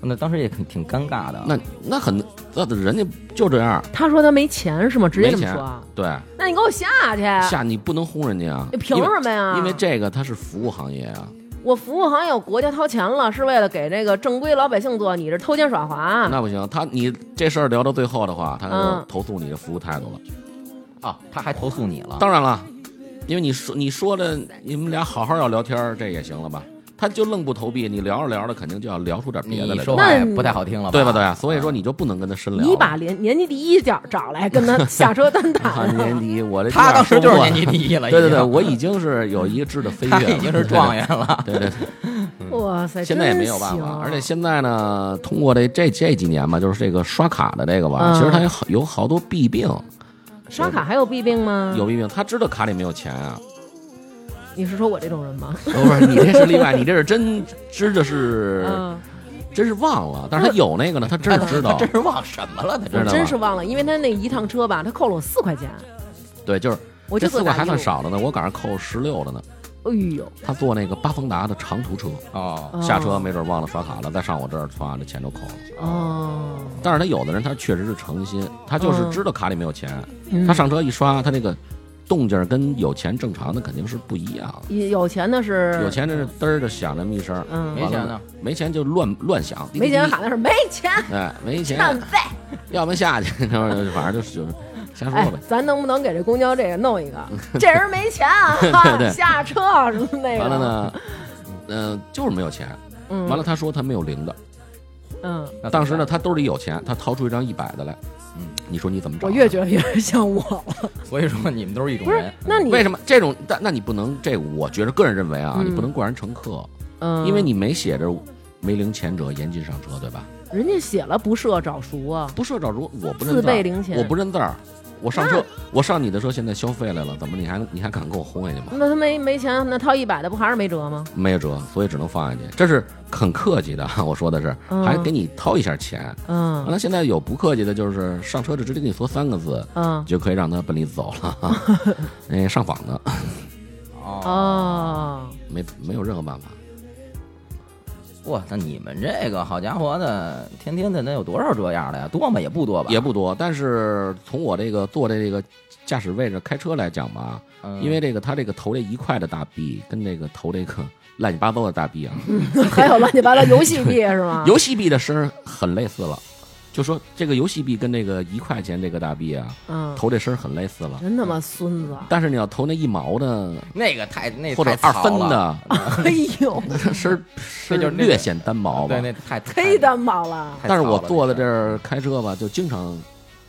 Speaker 2: 那当时也挺挺尴尬的。
Speaker 3: 那那很，那人家就这样，
Speaker 4: 他说他没钱是吗？直接
Speaker 3: 没
Speaker 4: 这么
Speaker 3: 钱
Speaker 4: 说啊，
Speaker 3: 对，
Speaker 4: 那你给我下去，
Speaker 3: 下你不能轰人家啊
Speaker 4: 你，凭什么呀？
Speaker 3: 因为？因为这个它是服务行业啊，
Speaker 4: 我服务行业，我国家掏钱了，是为了给这个正规老百姓做，你这偷奸耍滑，
Speaker 3: 那不行，他你这事儿聊到最后的话，他
Speaker 4: 嗯
Speaker 3: 就投诉你的服务态度了。
Speaker 2: 啊，他还投诉你了？
Speaker 3: 当然了，因为你说你说的你们俩好好要聊天儿，这也行了吧？他就愣不投币，你聊着聊着肯定就要聊出点别的
Speaker 2: 你
Speaker 3: 来
Speaker 2: 说
Speaker 3: 了，
Speaker 2: 话也
Speaker 4: 那
Speaker 2: 不太好听了，
Speaker 3: 对吧？对吧？所以说你就不能跟他深聊了。
Speaker 4: 你把年年级第一角找来跟他下车单
Speaker 3: 啊
Speaker 4: 谈，
Speaker 3: 年底我这
Speaker 2: 他当时就是年级第
Speaker 3: 底。
Speaker 2: 一 了，
Speaker 3: 对对对，
Speaker 2: 已经
Speaker 3: 我已经是有一个质的飞 跃
Speaker 2: 他
Speaker 3: 了，
Speaker 2: 已经是状元了。
Speaker 3: 对。对 对，
Speaker 4: 哇塞，
Speaker 3: 现在也
Speaker 4: 真
Speaker 3: 没有办法
Speaker 4: 行，
Speaker 3: 而且现在呢，通过这这这几年吧，就是这个刷卡的这个
Speaker 2: 嗯
Speaker 3: 吧，其实它有好有好多弊病，
Speaker 4: 刷卡还有弊病
Speaker 2: 嗯
Speaker 4: 吗？
Speaker 3: 有，弊病，他知道卡里没有钱啊，
Speaker 4: 你是说我这种人吗？
Speaker 3: 不是你 这是例外，你这是真知道是
Speaker 4: 嗯，
Speaker 3: 真是忘了，但是他有那个呢，他真是 知道
Speaker 2: 他，真是忘什么了？他
Speaker 3: 知
Speaker 2: 这
Speaker 3: 道
Speaker 4: 我
Speaker 3: 吧
Speaker 4: 真是忘了，因为他那一趟车吧，他扣了我四块钱，
Speaker 3: 对，就是
Speaker 4: 我
Speaker 3: 这
Speaker 4: 就
Speaker 3: 四
Speaker 4: 坐
Speaker 3: 块
Speaker 4: 打
Speaker 3: 还
Speaker 4: 的
Speaker 3: 算。少的呢，我赶上扣十六的呢，
Speaker 4: 哎呦，
Speaker 3: 他坐那个巴丰达的长途车，
Speaker 2: 哦，
Speaker 4: 哦
Speaker 3: 下车没准忘了刷卡了，再上我这儿刷，这钱就扣了。
Speaker 4: 哦，
Speaker 3: 但是他有的人他确实是诚心，他就是知道卡里没有钱，
Speaker 4: 嗯
Speaker 3: 他上车一刷，他那个动静儿跟有钱正常的肯定是不一样。
Speaker 4: 有钱的是
Speaker 3: 有，钱的是嘚儿就响那么一声，
Speaker 4: 嗯
Speaker 2: 没钱呢
Speaker 3: 呢，没钱就乱乱响，
Speaker 4: 没钱喊的是没钱，
Speaker 3: 哎，没
Speaker 4: 浪
Speaker 3: 钱，
Speaker 4: 费。
Speaker 3: 要么下去， 要么就反正就是就是瞎 说
Speaker 4: 哎
Speaker 3: 呗。，
Speaker 4: 咱能不能给这公交这个弄一个？ 这人没钱啊，哈
Speaker 3: 嗯 对
Speaker 4: 下车 啊什么那个。
Speaker 3: 完了？呢，嗯，就是没有钱。
Speaker 4: 嗯，
Speaker 3: 完了，，他说他没有零的，
Speaker 4: 嗯，
Speaker 2: 那
Speaker 3: 当时呢，他兜里有钱，他掏出一张一百的来，
Speaker 2: 嗯，
Speaker 3: 你说你怎么找？啊
Speaker 4: 我越觉得越像 我了。
Speaker 2: 怎么办，所以说你们都是一种
Speaker 4: 不是
Speaker 2: 人，。
Speaker 4: 那你
Speaker 3: 哎为什
Speaker 4: 么？
Speaker 3: 么这种？但那你不能这，我觉得个人认为啊，
Speaker 4: 嗯
Speaker 3: 你不能怪人乘客，
Speaker 4: 嗯，
Speaker 3: 因为你没写着没零钱者严禁上车，对吧？
Speaker 4: 人家写了不设找熟啊。
Speaker 3: 不设找如我不认
Speaker 4: 自
Speaker 3: 字儿
Speaker 4: 备零钱啊
Speaker 3: 我不认字儿，我上车，我上你的车，现在消费来了，怎么你还你还敢给我轰下去吗？
Speaker 4: 那他没没钱，那掏一百的不还是没辙吗？
Speaker 3: 没有辙，所以只能放下去。这是很客气的，我说的是，
Speaker 4: 嗯
Speaker 3: 还给你掏一下钱。完
Speaker 4: 嗯
Speaker 3: 了，现在有不客气的，就是上车就直接给你说三个字，
Speaker 4: 嗯
Speaker 3: 就可以让他奔离子走了。 哎，上访的，
Speaker 4: 哦，
Speaker 3: 没没有任何办法。
Speaker 2: 哇，那你们这个好家伙的，天天的能有多少这样的呀？多吗？也不多吧？
Speaker 3: 也不多，但是从我这个坐这个驾驶位置开车来讲吧，
Speaker 2: 嗯，
Speaker 3: 因为这个他这个投这一块的大币跟这个投这个乱七八糟的大币啊，
Speaker 4: 还有乱七八糟游戏币是
Speaker 2: 嗯
Speaker 4: 吗？
Speaker 3: 游戏币的声儿很类似了。就说这个游戏币跟这个一块钱这个大币啊，
Speaker 4: 嗯，
Speaker 3: 投这声儿很类似了。
Speaker 4: 真他妈孙 子！
Speaker 3: 但是你要投那一毛的
Speaker 2: 那个太那
Speaker 3: 或者
Speaker 2: 哎太
Speaker 3: 二
Speaker 2: 糙
Speaker 3: 分
Speaker 2: 了，
Speaker 3: 的，
Speaker 4: 哎呦，
Speaker 3: 那 声儿声
Speaker 2: 那就
Speaker 3: 儿
Speaker 2: 是那个
Speaker 3: 略显单薄吧
Speaker 2: 对，。那太
Speaker 4: 忒单薄了。
Speaker 2: 太
Speaker 3: 但是
Speaker 2: 糙
Speaker 3: 我
Speaker 2: 了
Speaker 3: 坐在
Speaker 2: 这
Speaker 3: 这
Speaker 2: 事儿。
Speaker 3: 儿开车吧，就经常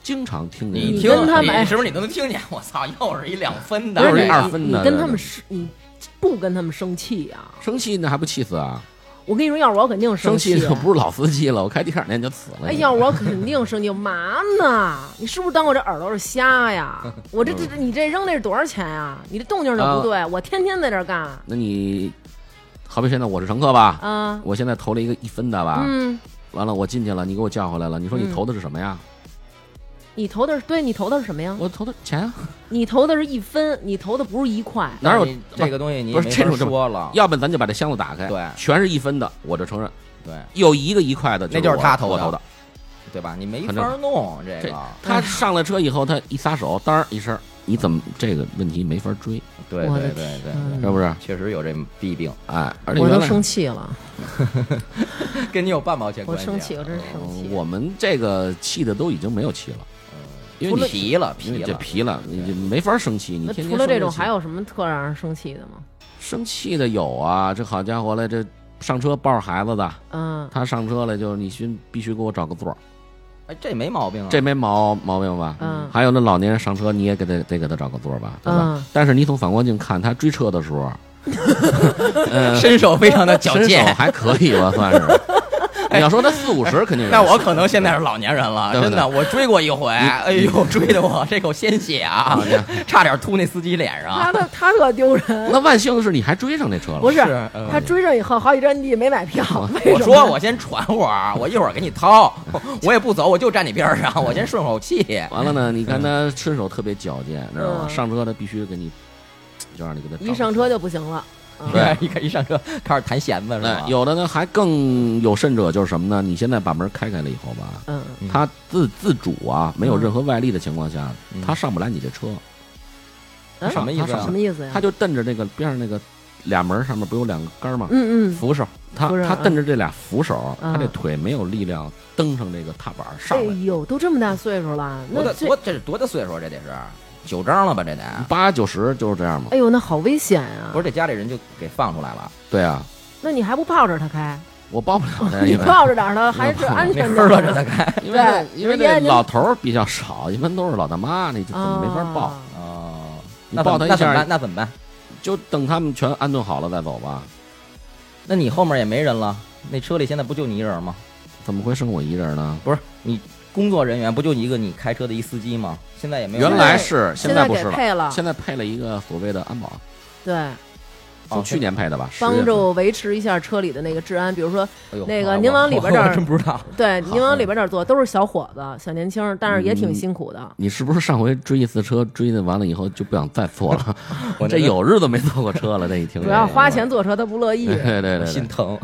Speaker 3: 经常听见
Speaker 2: 你
Speaker 4: 你
Speaker 2: 听
Speaker 4: 跟他
Speaker 2: 你
Speaker 4: 们
Speaker 2: 是不是你都能听见？ 我操，又是一两分的，
Speaker 3: 不是
Speaker 2: 这
Speaker 3: 那
Speaker 2: 个
Speaker 3: 二分
Speaker 4: 你
Speaker 3: 的
Speaker 4: 跟
Speaker 3: 对
Speaker 4: 他们
Speaker 3: 对
Speaker 4: 是，你不跟他们生气啊？
Speaker 3: 生气那还不气死啊？
Speaker 4: 我跟你说，要是我肯定
Speaker 3: 生气
Speaker 2: 啊
Speaker 4: 气。啊
Speaker 3: 就不是老司机了，我开第二年就死了。
Speaker 4: 哎，要是我肯定生气，嘛 呢？你是不是当我这耳朵是瞎呀？我这这这你这扔那是多少钱呀？你这动静都不
Speaker 3: 啊
Speaker 4: 对，我天天在这儿干
Speaker 3: 那你好比现在我是乘客吧，
Speaker 4: 啊。
Speaker 3: 我现在投了一个一分的吧，
Speaker 4: 嗯，
Speaker 3: 完了我进去了，你给我叫回来了，你说
Speaker 2: 嗯
Speaker 3: 你投的是什么呀？
Speaker 4: 你投的是对你投的是什么呀？
Speaker 3: 我投的钱啊，
Speaker 4: 你投的是一分，你投的不是一块。
Speaker 3: 哪有
Speaker 2: 但是你这个东西？你
Speaker 3: 不是
Speaker 2: 没
Speaker 3: 这
Speaker 2: 法
Speaker 3: 种这么
Speaker 2: 说了，
Speaker 3: 要不然咱就把这箱子打开，
Speaker 2: 对
Speaker 3: 全是一分的，我就承认
Speaker 2: 对
Speaker 3: 有一个一块的，
Speaker 2: 那就是
Speaker 3: 我
Speaker 2: 他投
Speaker 3: 我
Speaker 2: 的
Speaker 3: 投的。
Speaker 2: 对吧？你没
Speaker 3: 很正
Speaker 2: 法弄这
Speaker 3: 这
Speaker 2: 个，
Speaker 3: 他上了车以后，他一撒手，当儿一声，你怎么这个问题没法追，
Speaker 2: 对
Speaker 4: 我
Speaker 2: 对
Speaker 4: 的
Speaker 2: 对对对
Speaker 4: 天啊
Speaker 3: 是不是？
Speaker 2: 确实有这弊病，
Speaker 3: 哎，而且
Speaker 4: 我
Speaker 3: 原
Speaker 4: 都
Speaker 3: 来
Speaker 4: 生气了，
Speaker 2: 跟你有半毛钱
Speaker 4: 我
Speaker 2: 关系啊？
Speaker 4: 生气，我真是
Speaker 3: 呃
Speaker 4: 生气。嗯
Speaker 3: 我们这个气的都已经没有气了，因为
Speaker 2: 不
Speaker 3: 你
Speaker 2: 皮了
Speaker 3: 因
Speaker 2: 皮
Speaker 3: 为这
Speaker 2: 了，
Speaker 3: 皮了，你就没法生气。你
Speaker 4: 那
Speaker 3: 天天
Speaker 4: 除了这
Speaker 3: 生
Speaker 4: 种，
Speaker 3: 气
Speaker 4: 还有什么特让人生气的吗？
Speaker 3: 生气的有啊，这好家伙了，这上车抱着孩子的，
Speaker 4: 嗯，
Speaker 3: 他上车了就是你先必须给我找个座儿，
Speaker 2: 哎，这没毛病啊，
Speaker 3: 这没毛毛病吧？
Speaker 4: 嗯
Speaker 3: 还有那老年人上车，你也给他得给他找个座儿吧，对吧？
Speaker 4: 嗯
Speaker 3: 但是你从反光镜看，他追车的时 候，呃
Speaker 2: 身手非常的矫
Speaker 3: 身手
Speaker 2: 健。
Speaker 3: 还可以吧，算是。 你要说他四五十肯定 有
Speaker 2: 那
Speaker 3: 点
Speaker 2: 我可能现在是老年人 了，
Speaker 3: 对不
Speaker 2: 真
Speaker 3: 对
Speaker 2: 的，我追过一回，哎呦，追的我这口鲜血啊，差点吐那司机脸上。
Speaker 3: 啊
Speaker 4: 他的他特丢 人，
Speaker 3: 那万幸的是你还追上这车了，
Speaker 4: 不是
Speaker 2: 嗯
Speaker 4: 他追上以后好几站地没买 票，为
Speaker 2: 我
Speaker 4: 什
Speaker 2: 说
Speaker 4: 么？
Speaker 2: 我先喘会儿， 我一会儿给你掏，我也不走，我就站你边上， 我先顺口气。
Speaker 3: 完了呢，你看他身手特别矫健，知道吗？
Speaker 4: 嗯
Speaker 3: 上车他必须给你，就让你给他
Speaker 4: 一上车就不行了。嗯
Speaker 3: 对，
Speaker 2: 一看一上车开始弹弦子是
Speaker 3: 那
Speaker 2: 吧？
Speaker 3: 哎有的呢还更有甚者就是什么呢？你现在把门开开了以后吧，
Speaker 4: 嗯，
Speaker 2: 嗯
Speaker 3: 他自自主啊，没有
Speaker 4: 嗯
Speaker 3: 任何外力的情况下，
Speaker 2: 嗯
Speaker 3: 他上不来你这车，
Speaker 4: 嗯
Speaker 2: 什么意思啊
Speaker 4: 什么意思呀？
Speaker 3: 他就瞪着那个边上那个俩门上面不有两个杆儿吗？
Speaker 4: 嗯嗯，
Speaker 3: 扶手，他
Speaker 4: 扶手
Speaker 3: 他
Speaker 4: 嗯
Speaker 3: 瞪着这俩扶手，
Speaker 4: 嗯
Speaker 3: 他这腿没有力量蹬上这个踏板上
Speaker 4: 哎
Speaker 3: 来。
Speaker 4: 呦，都这么大岁数了，
Speaker 2: 多
Speaker 4: 那
Speaker 2: 大
Speaker 4: 这
Speaker 2: 多这是多大岁数啊？这得是九张了吧？这得
Speaker 3: 八九十就是这样嘛
Speaker 4: 哎，呦，那好危险呀
Speaker 2: 不！是这家里人就给放出来了，
Speaker 3: 对啊，
Speaker 4: 那你还不抱着他开？
Speaker 3: 我抱不了他，
Speaker 4: 你
Speaker 3: 因为
Speaker 4: 抱着点儿他还是安
Speaker 2: 那
Speaker 4: 全
Speaker 2: 呵
Speaker 4: 的
Speaker 2: 了着他开。
Speaker 3: 因为那
Speaker 4: 对
Speaker 3: 因为
Speaker 4: 人家
Speaker 3: 那
Speaker 4: 您
Speaker 3: 老头儿比较少，一般都是老大妈，你就根本
Speaker 4: 啊
Speaker 3: 没法抱。
Speaker 2: 哦，
Speaker 3: 你
Speaker 2: 那怎么
Speaker 3: 抱他
Speaker 2: 那
Speaker 3: 一
Speaker 2: 怎么
Speaker 3: 下
Speaker 2: 办？，那怎么办？
Speaker 3: 就等他们全安顿好了再走吧。
Speaker 2: 那你后面也没人了，那车里现在不就你一人吗？
Speaker 3: 怎么会剩我一人呢？
Speaker 2: 不是你工作人员不就一个你开车的一司机吗？现在也没有
Speaker 3: 原来是，
Speaker 4: 现
Speaker 3: 在不
Speaker 4: 给
Speaker 3: 是了，
Speaker 4: 配了，
Speaker 3: 现在配了一个所谓的安保，
Speaker 4: 对，
Speaker 2: 哦
Speaker 3: 从去年配的吧，十月
Speaker 4: 帮
Speaker 3: 份。
Speaker 4: 助维持一下车里的那个治安。比如说，
Speaker 2: 哎呦
Speaker 4: 那个
Speaker 2: 我
Speaker 4: 您往里边这儿
Speaker 2: 我真不知道，
Speaker 4: 对，
Speaker 3: 好
Speaker 4: 您往里边这儿坐，都是小伙子、小年轻儿，但是也挺
Speaker 3: 嗯
Speaker 4: 辛苦的。
Speaker 3: 你是不是上回追一次车，追的完了以后就不想再坐了？
Speaker 2: 我
Speaker 3: 这
Speaker 2: 那个
Speaker 3: 有日子没坐过车了，这一听
Speaker 4: 主要
Speaker 3: 这个
Speaker 4: 花钱坐车，他不乐意
Speaker 3: 对。对对对
Speaker 2: 心
Speaker 3: 对，
Speaker 2: 疼。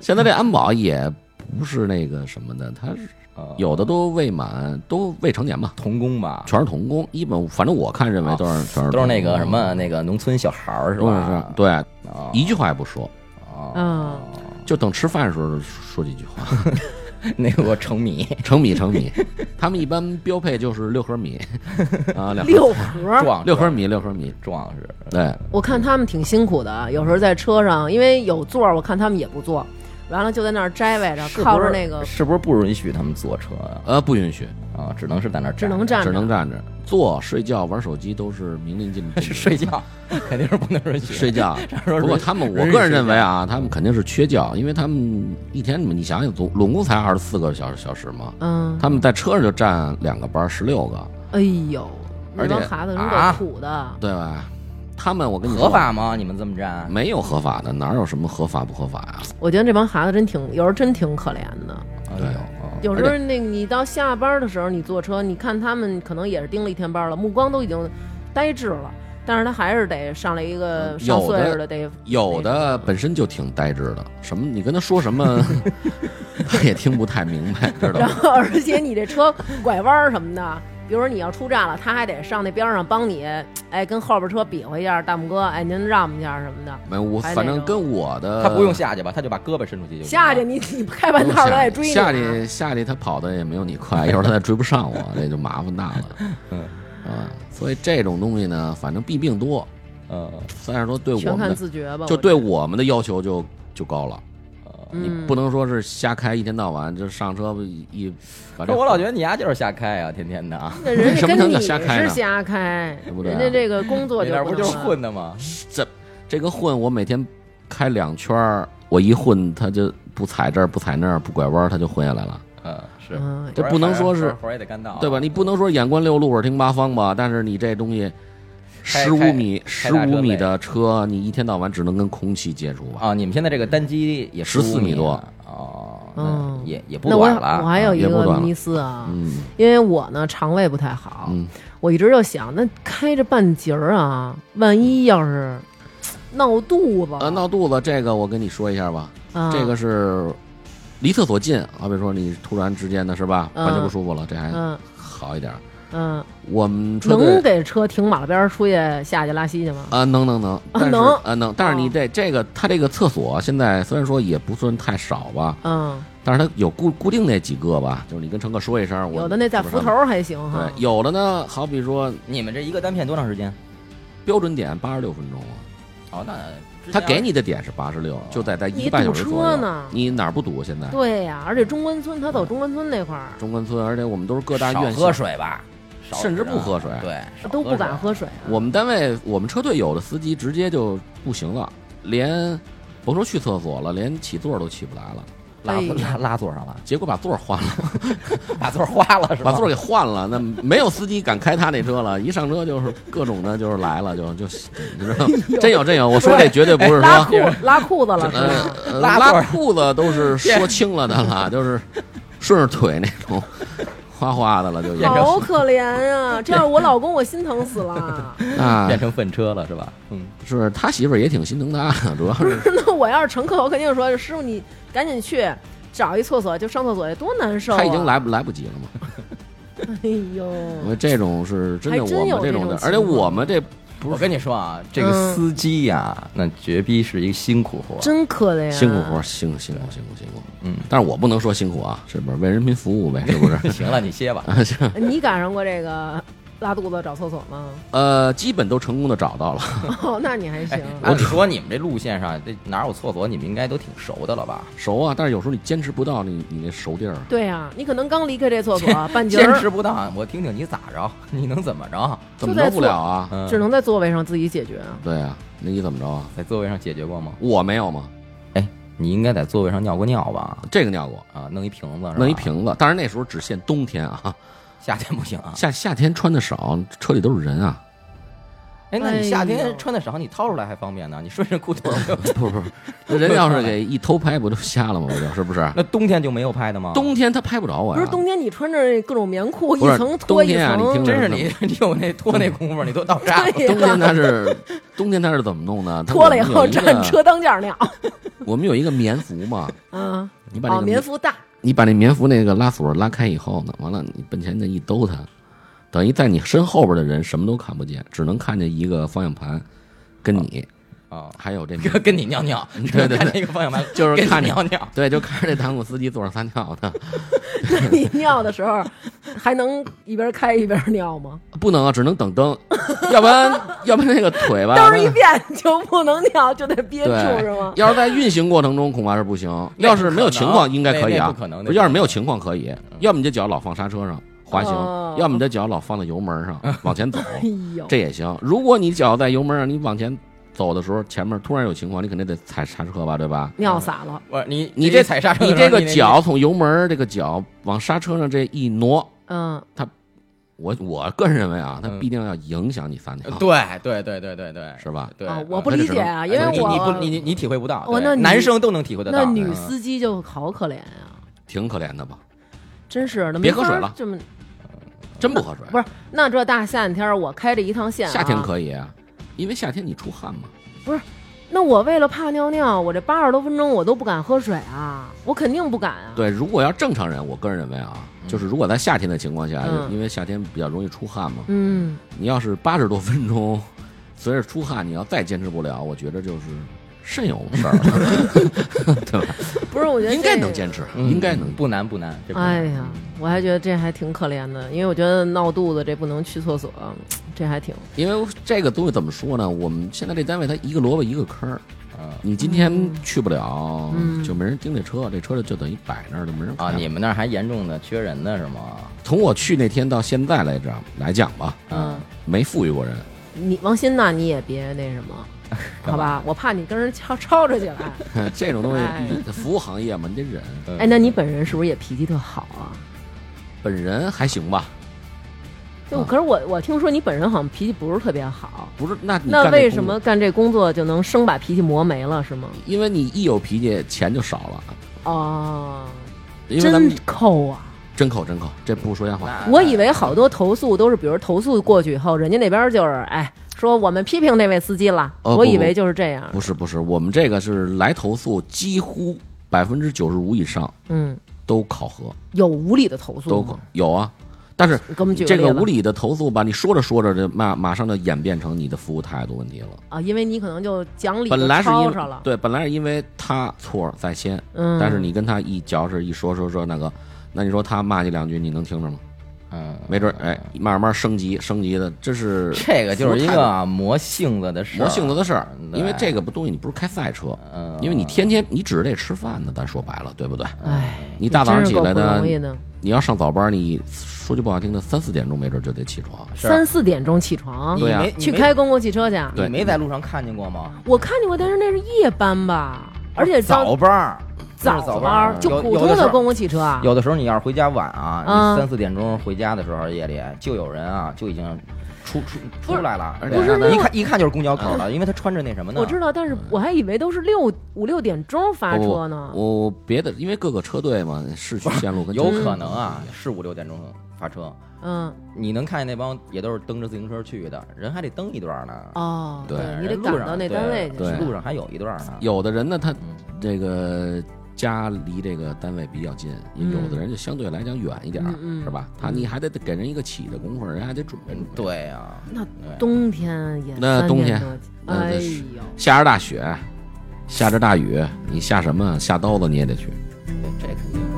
Speaker 3: 现在这安保也不是那个什么的，他是
Speaker 2: 哦
Speaker 3: 有的都未满，都未成年嘛，
Speaker 2: 童工吧，
Speaker 3: 全是童工，一本反正我看认为
Speaker 2: 啊
Speaker 3: 都是全是
Speaker 2: 都是那个
Speaker 3: 童工
Speaker 2: 什么那个农村小孩儿是
Speaker 3: 都是
Speaker 2: 吧？
Speaker 3: 对，
Speaker 2: 哦
Speaker 3: 一句话也不说，
Speaker 2: 哦，
Speaker 4: 嗯，
Speaker 3: 就等吃饭的时候说几句话，
Speaker 2: 那个我成迷
Speaker 3: 成米成米，他们一般标配就是六盒米啊，两
Speaker 4: 六盒儿。
Speaker 2: 撞
Speaker 3: 六盒米六盒米，
Speaker 2: 撞是，
Speaker 3: 对，
Speaker 4: 我看他们挺辛苦的，有时候在车上，因为有座儿，我看他们也不坐，完了就在那儿摘歪着，
Speaker 2: 是不是
Speaker 4: 靠着那个
Speaker 2: 是不是不允许他们坐车啊？
Speaker 3: 呃，不允许，
Speaker 2: 啊，只能是在那儿
Speaker 4: 只能
Speaker 2: 站
Speaker 4: 站着。
Speaker 3: 只能站着坐、睡觉、玩手机都是明 令禁
Speaker 2: 着，
Speaker 3: 止。
Speaker 2: 是睡觉，肯定是不能允许
Speaker 3: 睡觉
Speaker 2: 说，
Speaker 3: 不过
Speaker 2: 人
Speaker 3: 他们，我
Speaker 2: 人是
Speaker 3: 个人认
Speaker 2: 睡
Speaker 3: 为
Speaker 2: 觉
Speaker 3: 啊，他们肯定是缺觉，因为他们一天你想想，总总共才二十四个小时小时嘛，
Speaker 4: 嗯，
Speaker 3: 他们在车上就占两个班，十六个，
Speaker 4: 哎呦，那
Speaker 3: 而且
Speaker 4: 帮孩子人够
Speaker 2: 啊
Speaker 4: 苦的。
Speaker 3: 对吧？他们我跟你说嗯
Speaker 2: 合法吗？你们这么站？
Speaker 3: 没有合法的，哪有什么合法不合法呀、
Speaker 4: 我觉得这帮孩子真挺，有时候真挺可怜的。
Speaker 2: 哎
Speaker 3: 对嗯
Speaker 2: 呦哦
Speaker 4: 有时候那个你到下班的时候，你坐车，你看他们可能也是盯了一天班了，目光都已经呆滞了，但是他还是得上来一个上
Speaker 3: 嗯有的
Speaker 4: 岁数的得
Speaker 3: 有的本身就挺呆滞的，什么你跟他说 什么，他也听不太明白，知道
Speaker 4: 然
Speaker 3: 吗？
Speaker 4: 后而且你这车拐弯儿什么的，比如说你要出站了，他还得上那边儿上帮你，哎，跟后边车比划一下，大拇哥，哎，您让我们一下什么的。
Speaker 3: 没我
Speaker 4: 还得
Speaker 3: 反正
Speaker 4: 有
Speaker 3: 跟我的
Speaker 2: 他不用下去吧？他就把胳膊伸出去就行
Speaker 4: 下
Speaker 2: 了
Speaker 4: 去你你开半道儿他也追你、啊，
Speaker 3: 下去下去，他跑的也没有你快，一会儿他再追不上我，那就麻烦大 了。嗯啊，所以这种东西呢，反正弊病多，
Speaker 2: 嗯，
Speaker 3: 虽然说对我
Speaker 4: 全
Speaker 3: 们
Speaker 4: 看
Speaker 3: 的
Speaker 4: 自觉吧。
Speaker 3: 就
Speaker 4: 我
Speaker 3: 对我们的要求就就高了，呃
Speaker 4: 嗯
Speaker 3: 你不能说是瞎开，一天到晚就上车一，反
Speaker 2: 那
Speaker 3: 正
Speaker 2: 我老觉得你丫就是瞎开啊，天天的啊，
Speaker 4: 那人家
Speaker 3: 什么
Speaker 4: 跟
Speaker 3: 能
Speaker 4: 你
Speaker 3: 叫瞎开
Speaker 4: 是
Speaker 3: 呢
Speaker 4: 瞎开，
Speaker 3: 对不对啊
Speaker 4: 人家这个工作
Speaker 2: 你
Speaker 4: 就
Speaker 2: 那不
Speaker 4: 能
Speaker 2: 就是
Speaker 4: 了
Speaker 2: 混的吗？
Speaker 3: 这这个混，我每天开两圈儿，我一混他就不踩这儿不踩那儿不拐弯儿，他就混下来了，
Speaker 2: 嗯，是，
Speaker 4: 嗯，
Speaker 3: 这不能说是
Speaker 2: 活儿也得干到啊，
Speaker 3: 对吧？你不能说眼观六路耳听八方吧，但是你这东西。
Speaker 2: 开
Speaker 3: 十五
Speaker 2: 开
Speaker 3: 米，
Speaker 2: 开
Speaker 3: 十
Speaker 2: 大车
Speaker 3: 五米
Speaker 2: 累
Speaker 3: 的车，你一天到晚只能跟空气接触吧？
Speaker 2: 啊，你们现在这个单机也
Speaker 3: 14
Speaker 2: 15
Speaker 3: 米多
Speaker 2: 啊哦，
Speaker 4: 嗯
Speaker 2: 也也不
Speaker 4: 那我
Speaker 2: 短
Speaker 4: 还
Speaker 2: 了。
Speaker 4: 我还有一
Speaker 3: 也不
Speaker 4: 个
Speaker 3: 短了
Speaker 4: 迷思啊，
Speaker 3: 嗯
Speaker 4: 因为我呢肠胃不太好，
Speaker 3: 嗯
Speaker 4: 我一直就想，那开着半截儿啊，万一要是闹肚子
Speaker 3: 呃，闹肚子这个我跟你说一下吧，
Speaker 4: 啊
Speaker 3: 这个是离厕所近，好比说你突然之间的是吧，
Speaker 4: 嗯
Speaker 3: 完全不舒服了，这还
Speaker 4: 嗯
Speaker 3: 好一点。
Speaker 4: 嗯，
Speaker 3: 我们哎车
Speaker 4: 能
Speaker 3: 队
Speaker 4: 给车停马路边儿出去下去拉稀去吗？
Speaker 3: 啊，能能能，但是
Speaker 4: 能
Speaker 3: 啊能，但是你
Speaker 4: 哦
Speaker 3: 这这个它这个厕所现在虽然说也不算太少吧，
Speaker 4: 嗯，
Speaker 3: 但是它有固固定那几个吧，就是你跟乘客说一声，我
Speaker 4: 有的那在
Speaker 3: 基
Speaker 4: 扶
Speaker 3: 本
Speaker 4: 头
Speaker 3: 上。
Speaker 4: 儿还行哈。
Speaker 3: 对，有的呢，好比说
Speaker 2: 你们这一个单片多长时间？
Speaker 3: 标准点八十六分钟啊，
Speaker 2: 哦，那之前
Speaker 3: 他给你的点是八十六，就在在一
Speaker 4: 你
Speaker 3: 个半小时
Speaker 4: 堵
Speaker 3: 左
Speaker 4: 车
Speaker 3: 右
Speaker 4: 呢
Speaker 3: 你哪儿不堵？现在
Speaker 4: 对呀、而且中关村，他走中关村那块儿
Speaker 3: 中关村，而且我们都是各大
Speaker 2: 少
Speaker 3: 院
Speaker 2: 喝
Speaker 3: 校。
Speaker 2: 水吧，少
Speaker 3: 甚至
Speaker 2: 吃
Speaker 3: 不
Speaker 2: 啊
Speaker 3: 喝水
Speaker 2: 对，少
Speaker 4: 都不敢
Speaker 2: 水。
Speaker 4: 喝水、啊。
Speaker 3: 我们单位我们车队有的司机直接就不行了，连甭说去厕所了，连起座都起不来了。
Speaker 2: 拉
Speaker 4: 哎
Speaker 2: 拉拉座上了，
Speaker 3: 结果把座儿换了，
Speaker 2: 把座花了是吧？
Speaker 3: 把座儿给换了，那没有司机敢开他那车了。 一上车就是各种的，就是来了，就 就你知道吗，真有真有。我说这绝对不是
Speaker 4: 拉
Speaker 3: 说
Speaker 4: 裤拉裤子了是
Speaker 3: 呃
Speaker 4: 吧？
Speaker 3: 呃
Speaker 2: 拉
Speaker 3: 拉
Speaker 2: 棍儿
Speaker 3: 裤子都是说清了的了， 就是顺着腿那种，哗哗的了就已经。
Speaker 4: 好可怜啊！这样我老公我心疼死 了。
Speaker 3: 啊
Speaker 2: 变，成粪车了是吧？嗯，
Speaker 3: 是他媳妇儿也挺心疼他，主要是
Speaker 4: 那我要是乘客，我肯定说师傅你赶紧去找一厕所就上厕所去，多难受、啊！
Speaker 3: 他已经来不来不及了嘛。
Speaker 4: 哎呦，
Speaker 3: 我这种是真的，
Speaker 4: 还真
Speaker 3: 我们
Speaker 4: 有
Speaker 3: 这
Speaker 4: 这
Speaker 3: 种的
Speaker 4: 种，情
Speaker 3: 而且我们这
Speaker 2: 我跟你说啊，这个
Speaker 4: 嗯
Speaker 2: 司机呀、那绝逼是一个辛苦活儿。
Speaker 4: 真可怜、啊
Speaker 3: 辛苦活儿，辛苦辛苦辛苦辛苦。
Speaker 2: 嗯，
Speaker 3: 但是我不能说辛苦啊，是不是为人民服务呗？是啊不是？
Speaker 2: 行了，你歇吧。
Speaker 4: 你赶上过这个拉肚子找厕所吗？
Speaker 3: 呃，基本都成功的找到了。
Speaker 4: 哦，那你还行。
Speaker 2: 哎
Speaker 3: 哎
Speaker 2: 按理说你们这路线上，这哪有厕所？你们应该都挺熟的了吧？
Speaker 3: 熟啊，但是有时候你坚持不到你你那熟地儿。
Speaker 4: 对呀、你可能刚离开这厕所半截
Speaker 2: 坚
Speaker 4: 儿，
Speaker 2: 持不到，我听听你咋着，你能怎么着？
Speaker 3: 怎么
Speaker 4: 就在
Speaker 3: 着不
Speaker 4: 做
Speaker 3: 了啊？
Speaker 2: 嗯，
Speaker 4: 只能在座位上自己解决。
Speaker 3: 对啊，那你怎么着啊？
Speaker 2: 在座位上解决过吗？
Speaker 3: 我没有嘛，
Speaker 2: 你应该在座位上尿过尿吧？
Speaker 3: 这个尿过，
Speaker 2: 啊，弄一瓶子，
Speaker 3: 弄一，瓶子。当然那时候只限冬天啊，
Speaker 2: 夏天不行 啊。
Speaker 3: 夏夏天穿的少，车里都是人啊。
Speaker 2: 哎，那你夏
Speaker 4: 哎
Speaker 2: 天
Speaker 4: 呦
Speaker 2: 穿的少，你掏出来还方便呢，你顺着裤腿 儿
Speaker 3: 不不，那人要是给一偷拍，不就瞎了吗？不就是 不是？
Speaker 2: 那冬天就没有拍的吗？
Speaker 3: 冬天他拍不着我
Speaker 4: 不
Speaker 3: 呀。
Speaker 4: 是冬天你穿着各种棉裤，一
Speaker 3: 不是
Speaker 4: 层脱
Speaker 3: 冬
Speaker 4: 一
Speaker 3: 天啊你听
Speaker 4: 层，
Speaker 2: 真是你， 你有那脱那功夫，你都到炸了。
Speaker 4: 对
Speaker 3: 冬
Speaker 4: 呀、
Speaker 3: 天它是冬天它是怎么弄的？它
Speaker 4: 脱了以
Speaker 3: 我
Speaker 4: 后
Speaker 3: 们有一
Speaker 4: 站
Speaker 3: 个
Speaker 4: 车当间尿。
Speaker 3: 我们有一个棉服 嘛，
Speaker 4: 啊，
Speaker 3: 你把那
Speaker 4: 哦，
Speaker 3: 个
Speaker 4: 棉服大，
Speaker 3: 你把那棉服那个拉锁拉开以后呢，完了你奔前那一兜它，等于在你身后边的人什么都看不见，只能看见一个方向盘，跟你
Speaker 4: 哦
Speaker 2: 啊，
Speaker 3: 还有 这
Speaker 2: 跟跟你尿 尿，
Speaker 3: 对对
Speaker 2: 看那个方向盘，
Speaker 3: 就是
Speaker 2: 跟
Speaker 3: 看
Speaker 2: 你
Speaker 3: 着
Speaker 2: 尿尿。
Speaker 3: 对，就看着那堂鼓司机坐上撒尿的，
Speaker 4: 你尿的时候还能一边开一边尿吗？
Speaker 3: 不能啊，只能等灯，要不然要不啊然那个 腿吧，
Speaker 4: 兜儿一变就不能尿，就得憋住是
Speaker 3: 对
Speaker 4: 吗，？
Speaker 3: 要是在运行过程中恐怕是不行。
Speaker 2: 那
Speaker 3: 要是没有情况，应该可以
Speaker 2: 那那
Speaker 3: 啊。
Speaker 2: 不可能那不
Speaker 3: 不是
Speaker 2: 可能
Speaker 3: 要是没有情况可以，
Speaker 2: 嗯
Speaker 3: 要么你这脚老放刹车上滑行
Speaker 4: 哦，
Speaker 3: 要么你这脚老放在油门上
Speaker 2: 嗯
Speaker 3: 往前走，
Speaker 4: 哎呦，
Speaker 3: 这也行。如果你脚在油门上，你往前走的时候，前面突然有情况，你肯定得踩刹车吧，对吧？
Speaker 4: 尿洒了，
Speaker 2: 不是你，
Speaker 3: 你
Speaker 2: 这
Speaker 3: 这
Speaker 2: 踩刹车的时
Speaker 3: 你
Speaker 2: 候，
Speaker 3: 这个
Speaker 2: 那
Speaker 3: 脚从油门这个脚往刹车上这一挪，
Speaker 4: 嗯，
Speaker 3: 我我个人认为啊，它
Speaker 2: 嗯呃
Speaker 3: 必定要影响你撒尿，
Speaker 2: 对对对对对对，
Speaker 3: 啊是吧？
Speaker 2: 对
Speaker 4: 啊
Speaker 2: 嗯
Speaker 4: 我不理解啊，因为
Speaker 2: 你你不
Speaker 4: 我
Speaker 2: 你你你体会不到，
Speaker 4: 哦
Speaker 2: 对
Speaker 4: 那你
Speaker 2: 男生都能体会得到。
Speaker 4: 那女
Speaker 2: 嗯
Speaker 4: 司机就好可怜啊，
Speaker 3: 挺可怜的吧？
Speaker 4: 真是的，没
Speaker 3: 别
Speaker 4: 法
Speaker 3: 喝水了嗯
Speaker 4: 这么
Speaker 3: 真不喝水，
Speaker 4: 不是？啊那这大夏天儿我开着一趟线、啊，
Speaker 3: 夏天可以啊，因为夏天你出汗嘛。
Speaker 4: 那我为了怕尿尿，我这八十多分钟我都不敢喝水啊，我肯定不敢啊。，
Speaker 3: 对，如果要正常人，我个人认为啊，就是如果在夏天的情况下，
Speaker 4: 嗯
Speaker 3: 因为夏天比较容易出汗嘛，
Speaker 4: 嗯，
Speaker 3: 你要是八十多分钟，随着出汗，你要再坚持不了，我觉得就是肾有事儿了，对吧？
Speaker 4: 不是，我觉得
Speaker 3: 应该
Speaker 4: 这
Speaker 3: 能
Speaker 4: 个
Speaker 3: 坚持，
Speaker 2: 嗯
Speaker 3: 应该能。
Speaker 2: 不难不难。这不难
Speaker 4: 哎呀，我还觉得这还挺可怜的，因为我觉得闹肚子这不能去厕所，这还挺
Speaker 3: 因为这个东西怎么说呢？我们现在这单位它一个萝卜一个坑儿，
Speaker 2: 嗯
Speaker 3: 你今天去不了，
Speaker 4: 嗯
Speaker 3: 就没人盯这车，这车就等于摆那儿，就没人
Speaker 2: 啊，
Speaker 3: 看
Speaker 2: 你们那儿还严重的缺人呢是吗？
Speaker 3: 从我去那天到现在来讲来讲吧，
Speaker 4: 嗯。
Speaker 3: 没富裕过 人。
Speaker 4: 你王鑫呐，你也别那什 么，好吧？我怕你跟人吵 吵吵起来。
Speaker 3: 这种东
Speaker 4: 哎
Speaker 3: 西，服务行业嘛，你得忍。
Speaker 4: 哎，那你本人是不是也脾气特好啊？
Speaker 3: 本人还行吧，
Speaker 4: 就
Speaker 3: 啊
Speaker 4: 可是我我听说你本人好像脾气不是特别好，
Speaker 3: 不是？那你
Speaker 4: 那
Speaker 3: 干这
Speaker 4: 为
Speaker 3: 工
Speaker 4: 什
Speaker 3: 作
Speaker 4: 么？干这工作就能生把脾气磨没了是吗？
Speaker 3: 因为你一有脾气，钱就少了。
Speaker 4: 哦，
Speaker 3: 因为咱
Speaker 4: 真
Speaker 3: 们哎
Speaker 4: 抠啊！
Speaker 3: 真口真口，这不说瞎话。
Speaker 2: 那
Speaker 4: 我以为好多投诉都是，比如投诉过去以后，人家那边就是哎说我们批评那位司机了，
Speaker 3: 哦
Speaker 4: 我
Speaker 3: 不
Speaker 4: 以
Speaker 3: 不
Speaker 4: 为就是这样。
Speaker 3: 不是不是，我们这个是来投诉，几乎百分之九十五以上
Speaker 4: 嗯，
Speaker 3: 都考核，
Speaker 4: 有无理的投诉
Speaker 3: 都
Speaker 4: 吗
Speaker 3: 考有啊。但是
Speaker 4: 给我嗯们举
Speaker 3: 这
Speaker 4: 例
Speaker 3: 个
Speaker 4: 子
Speaker 3: 无理的投诉吧，你说着说着，这马马上就演变成你的服务态度问题了。
Speaker 4: 啊，因为你可能就讲理
Speaker 3: 本来是因
Speaker 4: 吵
Speaker 3: 为
Speaker 4: 吵了，
Speaker 3: 对，本来是因为他错在先，
Speaker 4: 嗯，
Speaker 3: 但是你跟他一嚼是一说说说那个，那你说他骂你两句，你能听着吗？
Speaker 2: 嗯，
Speaker 3: 没准儿哎，慢慢升级升级的，这是
Speaker 2: 这个就是一
Speaker 3: 服务态
Speaker 2: 个磨性子的事，
Speaker 3: 度磨性子的事儿，
Speaker 2: 对
Speaker 3: 因为这个不东西你不是开赛车，
Speaker 2: 嗯，
Speaker 3: 因为你天天你指着这吃饭呢，咱说白了，对不对？
Speaker 4: 哎，
Speaker 3: 你大早上
Speaker 4: 真是
Speaker 3: 起
Speaker 4: 够
Speaker 3: 来
Speaker 4: 不
Speaker 3: 呢
Speaker 4: 容，易的，
Speaker 3: 你要上早班，你说句不好听的，三四点钟没准就得起床。
Speaker 2: 是
Speaker 4: 三四点钟起床
Speaker 2: 你
Speaker 3: 对啊
Speaker 2: 没
Speaker 4: 去开，公共汽车去。
Speaker 2: 你没你没在路上看见过吗？
Speaker 4: 我看见过，但是那是夜班吧，而且当
Speaker 2: 早班儿，
Speaker 4: 早
Speaker 2: 早
Speaker 4: 班儿就
Speaker 2: 有
Speaker 4: 普
Speaker 2: 有
Speaker 4: 通
Speaker 2: 的时
Speaker 4: 的
Speaker 2: 候
Speaker 4: 公共汽车啊。
Speaker 2: 有的时候你要是回家晚啊，
Speaker 4: 嗯
Speaker 2: 你三四点钟回家的时候，夜里就有人啊，就已经出出
Speaker 4: 不
Speaker 2: 出
Speaker 4: 是嗯
Speaker 2: 来了，
Speaker 3: 不
Speaker 2: 对
Speaker 3: 是那
Speaker 2: 一看一看就是公交口了，因为他穿着那什么呢？
Speaker 4: 我知道，但是我还以为都是六五六点钟发
Speaker 3: 嗯不
Speaker 4: 车呢。
Speaker 3: 我我别的，因为各个车队嘛，市区线路跟
Speaker 2: 有可能啊，是五六点钟发车，
Speaker 4: 嗯，
Speaker 2: 你能看见那帮也都是蹬着自行车去的，人还得蹬一段呢。
Speaker 4: 哦，
Speaker 3: 对
Speaker 4: 你得
Speaker 2: 人路
Speaker 4: 赶
Speaker 2: 上
Speaker 4: 到那
Speaker 2: 对
Speaker 4: 单位去。
Speaker 3: 对
Speaker 2: 路上还有一段呢。
Speaker 3: 有的人呢，他
Speaker 2: 嗯
Speaker 3: 这个家离这个单位比较近，
Speaker 4: 嗯
Speaker 3: 有的人就相对来讲远一点儿，
Speaker 4: 嗯嗯
Speaker 3: 是吧？他你还得给人一个起的功夫，人还得准备准备。
Speaker 2: 对啊呀，
Speaker 4: 那
Speaker 2: 对
Speaker 4: 冬天也
Speaker 3: 那
Speaker 4: 三
Speaker 3: 冬
Speaker 4: 点
Speaker 3: 天
Speaker 4: 多
Speaker 3: 那
Speaker 4: 哎
Speaker 3: 得
Speaker 4: 呦
Speaker 3: 是，下着大雪，下着大雨，你下什么？下刀子你也得去。
Speaker 2: 对这肯定的。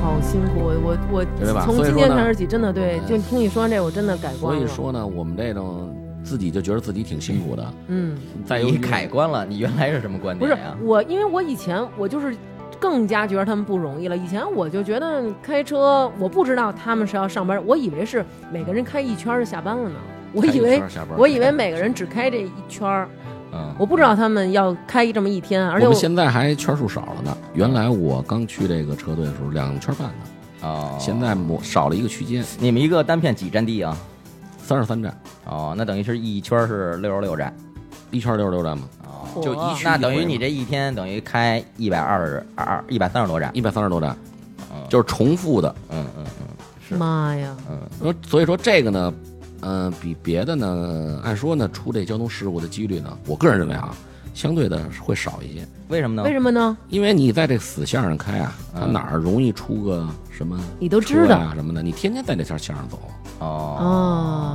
Speaker 4: 好辛苦！我我
Speaker 3: 对吧
Speaker 4: 我从
Speaker 3: 所以
Speaker 4: 今
Speaker 3: 说
Speaker 4: 天
Speaker 3: 呢
Speaker 4: 开始起，真的对，
Speaker 3: 嗯
Speaker 4: 就听你说完这，我真的改
Speaker 3: 所
Speaker 4: 观
Speaker 3: 以
Speaker 4: 了。
Speaker 3: 说呢，我们这种自己就觉得自己挺辛苦的。
Speaker 4: 嗯，
Speaker 3: 再有
Speaker 2: 你改观了，你原来是什么观
Speaker 4: 不
Speaker 2: 点啊
Speaker 4: 是
Speaker 2: 呀？
Speaker 4: 我，因为我以前我就是更加觉得他们不容易了。以前我就觉得开车，我不知道他们是要上班，我以为是每个人开一圈儿就下班了呢。我以为
Speaker 3: 下班
Speaker 4: 我以为每个人只开这一圈儿，
Speaker 3: 嗯，
Speaker 4: 我不知道他们要开这么一天，而且
Speaker 3: 我
Speaker 4: 我
Speaker 3: 们现在还圈数少了呢。原来我刚去这个车队的时候，两圈半呢，
Speaker 2: 哦，
Speaker 3: 现在磨少了一个区间，
Speaker 2: 你们一个单片几站地啊？
Speaker 3: 三十三站，
Speaker 2: 哦，那等于是一圈是六十六站，
Speaker 3: 一圈六十六站嘛，
Speaker 2: 哦，
Speaker 4: 嚯
Speaker 3: 就一区
Speaker 2: 那等于你这一天等于开一百二十二一百三十多站，
Speaker 3: 一百三十多站
Speaker 2: 嗯，
Speaker 3: 就是重复的。
Speaker 2: 嗯嗯是
Speaker 4: 妈呀，
Speaker 2: 嗯
Speaker 3: 说，所以说这个呢，呃，比别的呢，按说呢，出这交通事故的几率呢，我个人认为啊，相对的会少一些，
Speaker 2: 嗯，为什么呢？
Speaker 4: 为什么呢？
Speaker 3: 因为你在这死线上开啊，它
Speaker 2: 嗯
Speaker 3: 哪儿容易出个什么
Speaker 4: 你都
Speaker 3: 车
Speaker 4: 知道
Speaker 3: 呀什么的，你天天在这条线上走，
Speaker 2: 哦。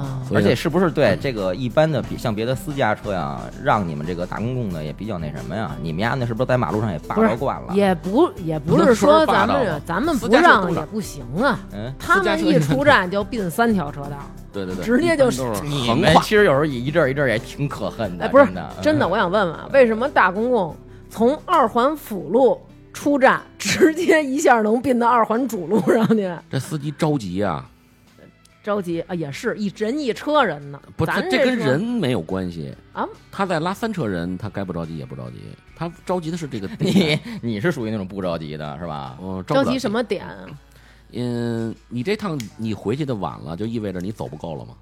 Speaker 4: 哦，
Speaker 3: 所
Speaker 2: 而
Speaker 3: 以
Speaker 2: 且是不是对这个一般的，比像别的私家车呀，让你们这个大公共的也比较那什么呀？你们家那是不是在马路上也霸
Speaker 4: 不是
Speaker 2: 道惯了？
Speaker 4: 也不也
Speaker 3: 不
Speaker 4: 不
Speaker 3: 能
Speaker 4: 是
Speaker 3: 说
Speaker 4: 说
Speaker 3: 是霸
Speaker 4: 咱
Speaker 3: 道
Speaker 4: 们
Speaker 3: 吧
Speaker 4: 咱们
Speaker 3: 私
Speaker 4: 不
Speaker 3: 家车
Speaker 4: 让
Speaker 3: 都
Speaker 4: 也
Speaker 3: 让
Speaker 4: 不行啊，
Speaker 2: 嗯，
Speaker 4: 他
Speaker 3: 私家
Speaker 4: 们一
Speaker 3: 车也
Speaker 4: 出站就并三条车 道，
Speaker 3: 对对对，
Speaker 4: 直接就
Speaker 3: 一般都是
Speaker 2: 你
Speaker 3: 横
Speaker 2: 们
Speaker 3: 跨。
Speaker 2: 其实有时候一阵儿一阵儿也挺可恨的，
Speaker 4: 哎，不是
Speaker 2: 真的，
Speaker 3: 嗯
Speaker 4: 真的，我想问问，为什么大公共从二环辅路出站，直接一下能并到二环主路上去？
Speaker 3: 这司机着急啊，
Speaker 4: 着急啊，也是一人一车人呢，
Speaker 3: 不，
Speaker 4: 咱
Speaker 3: 这跟
Speaker 4: 车
Speaker 3: 人没有关系
Speaker 4: 啊。
Speaker 3: 他在拉三车人，他该不着急也不着急，他着急的是这个
Speaker 2: 你你是属于那种不着急的是吧？
Speaker 3: 我着
Speaker 4: 着
Speaker 3: 不了
Speaker 4: 急什么点？
Speaker 3: 嗯，你这趟你回去的晚了，就意味着你走不够了吗？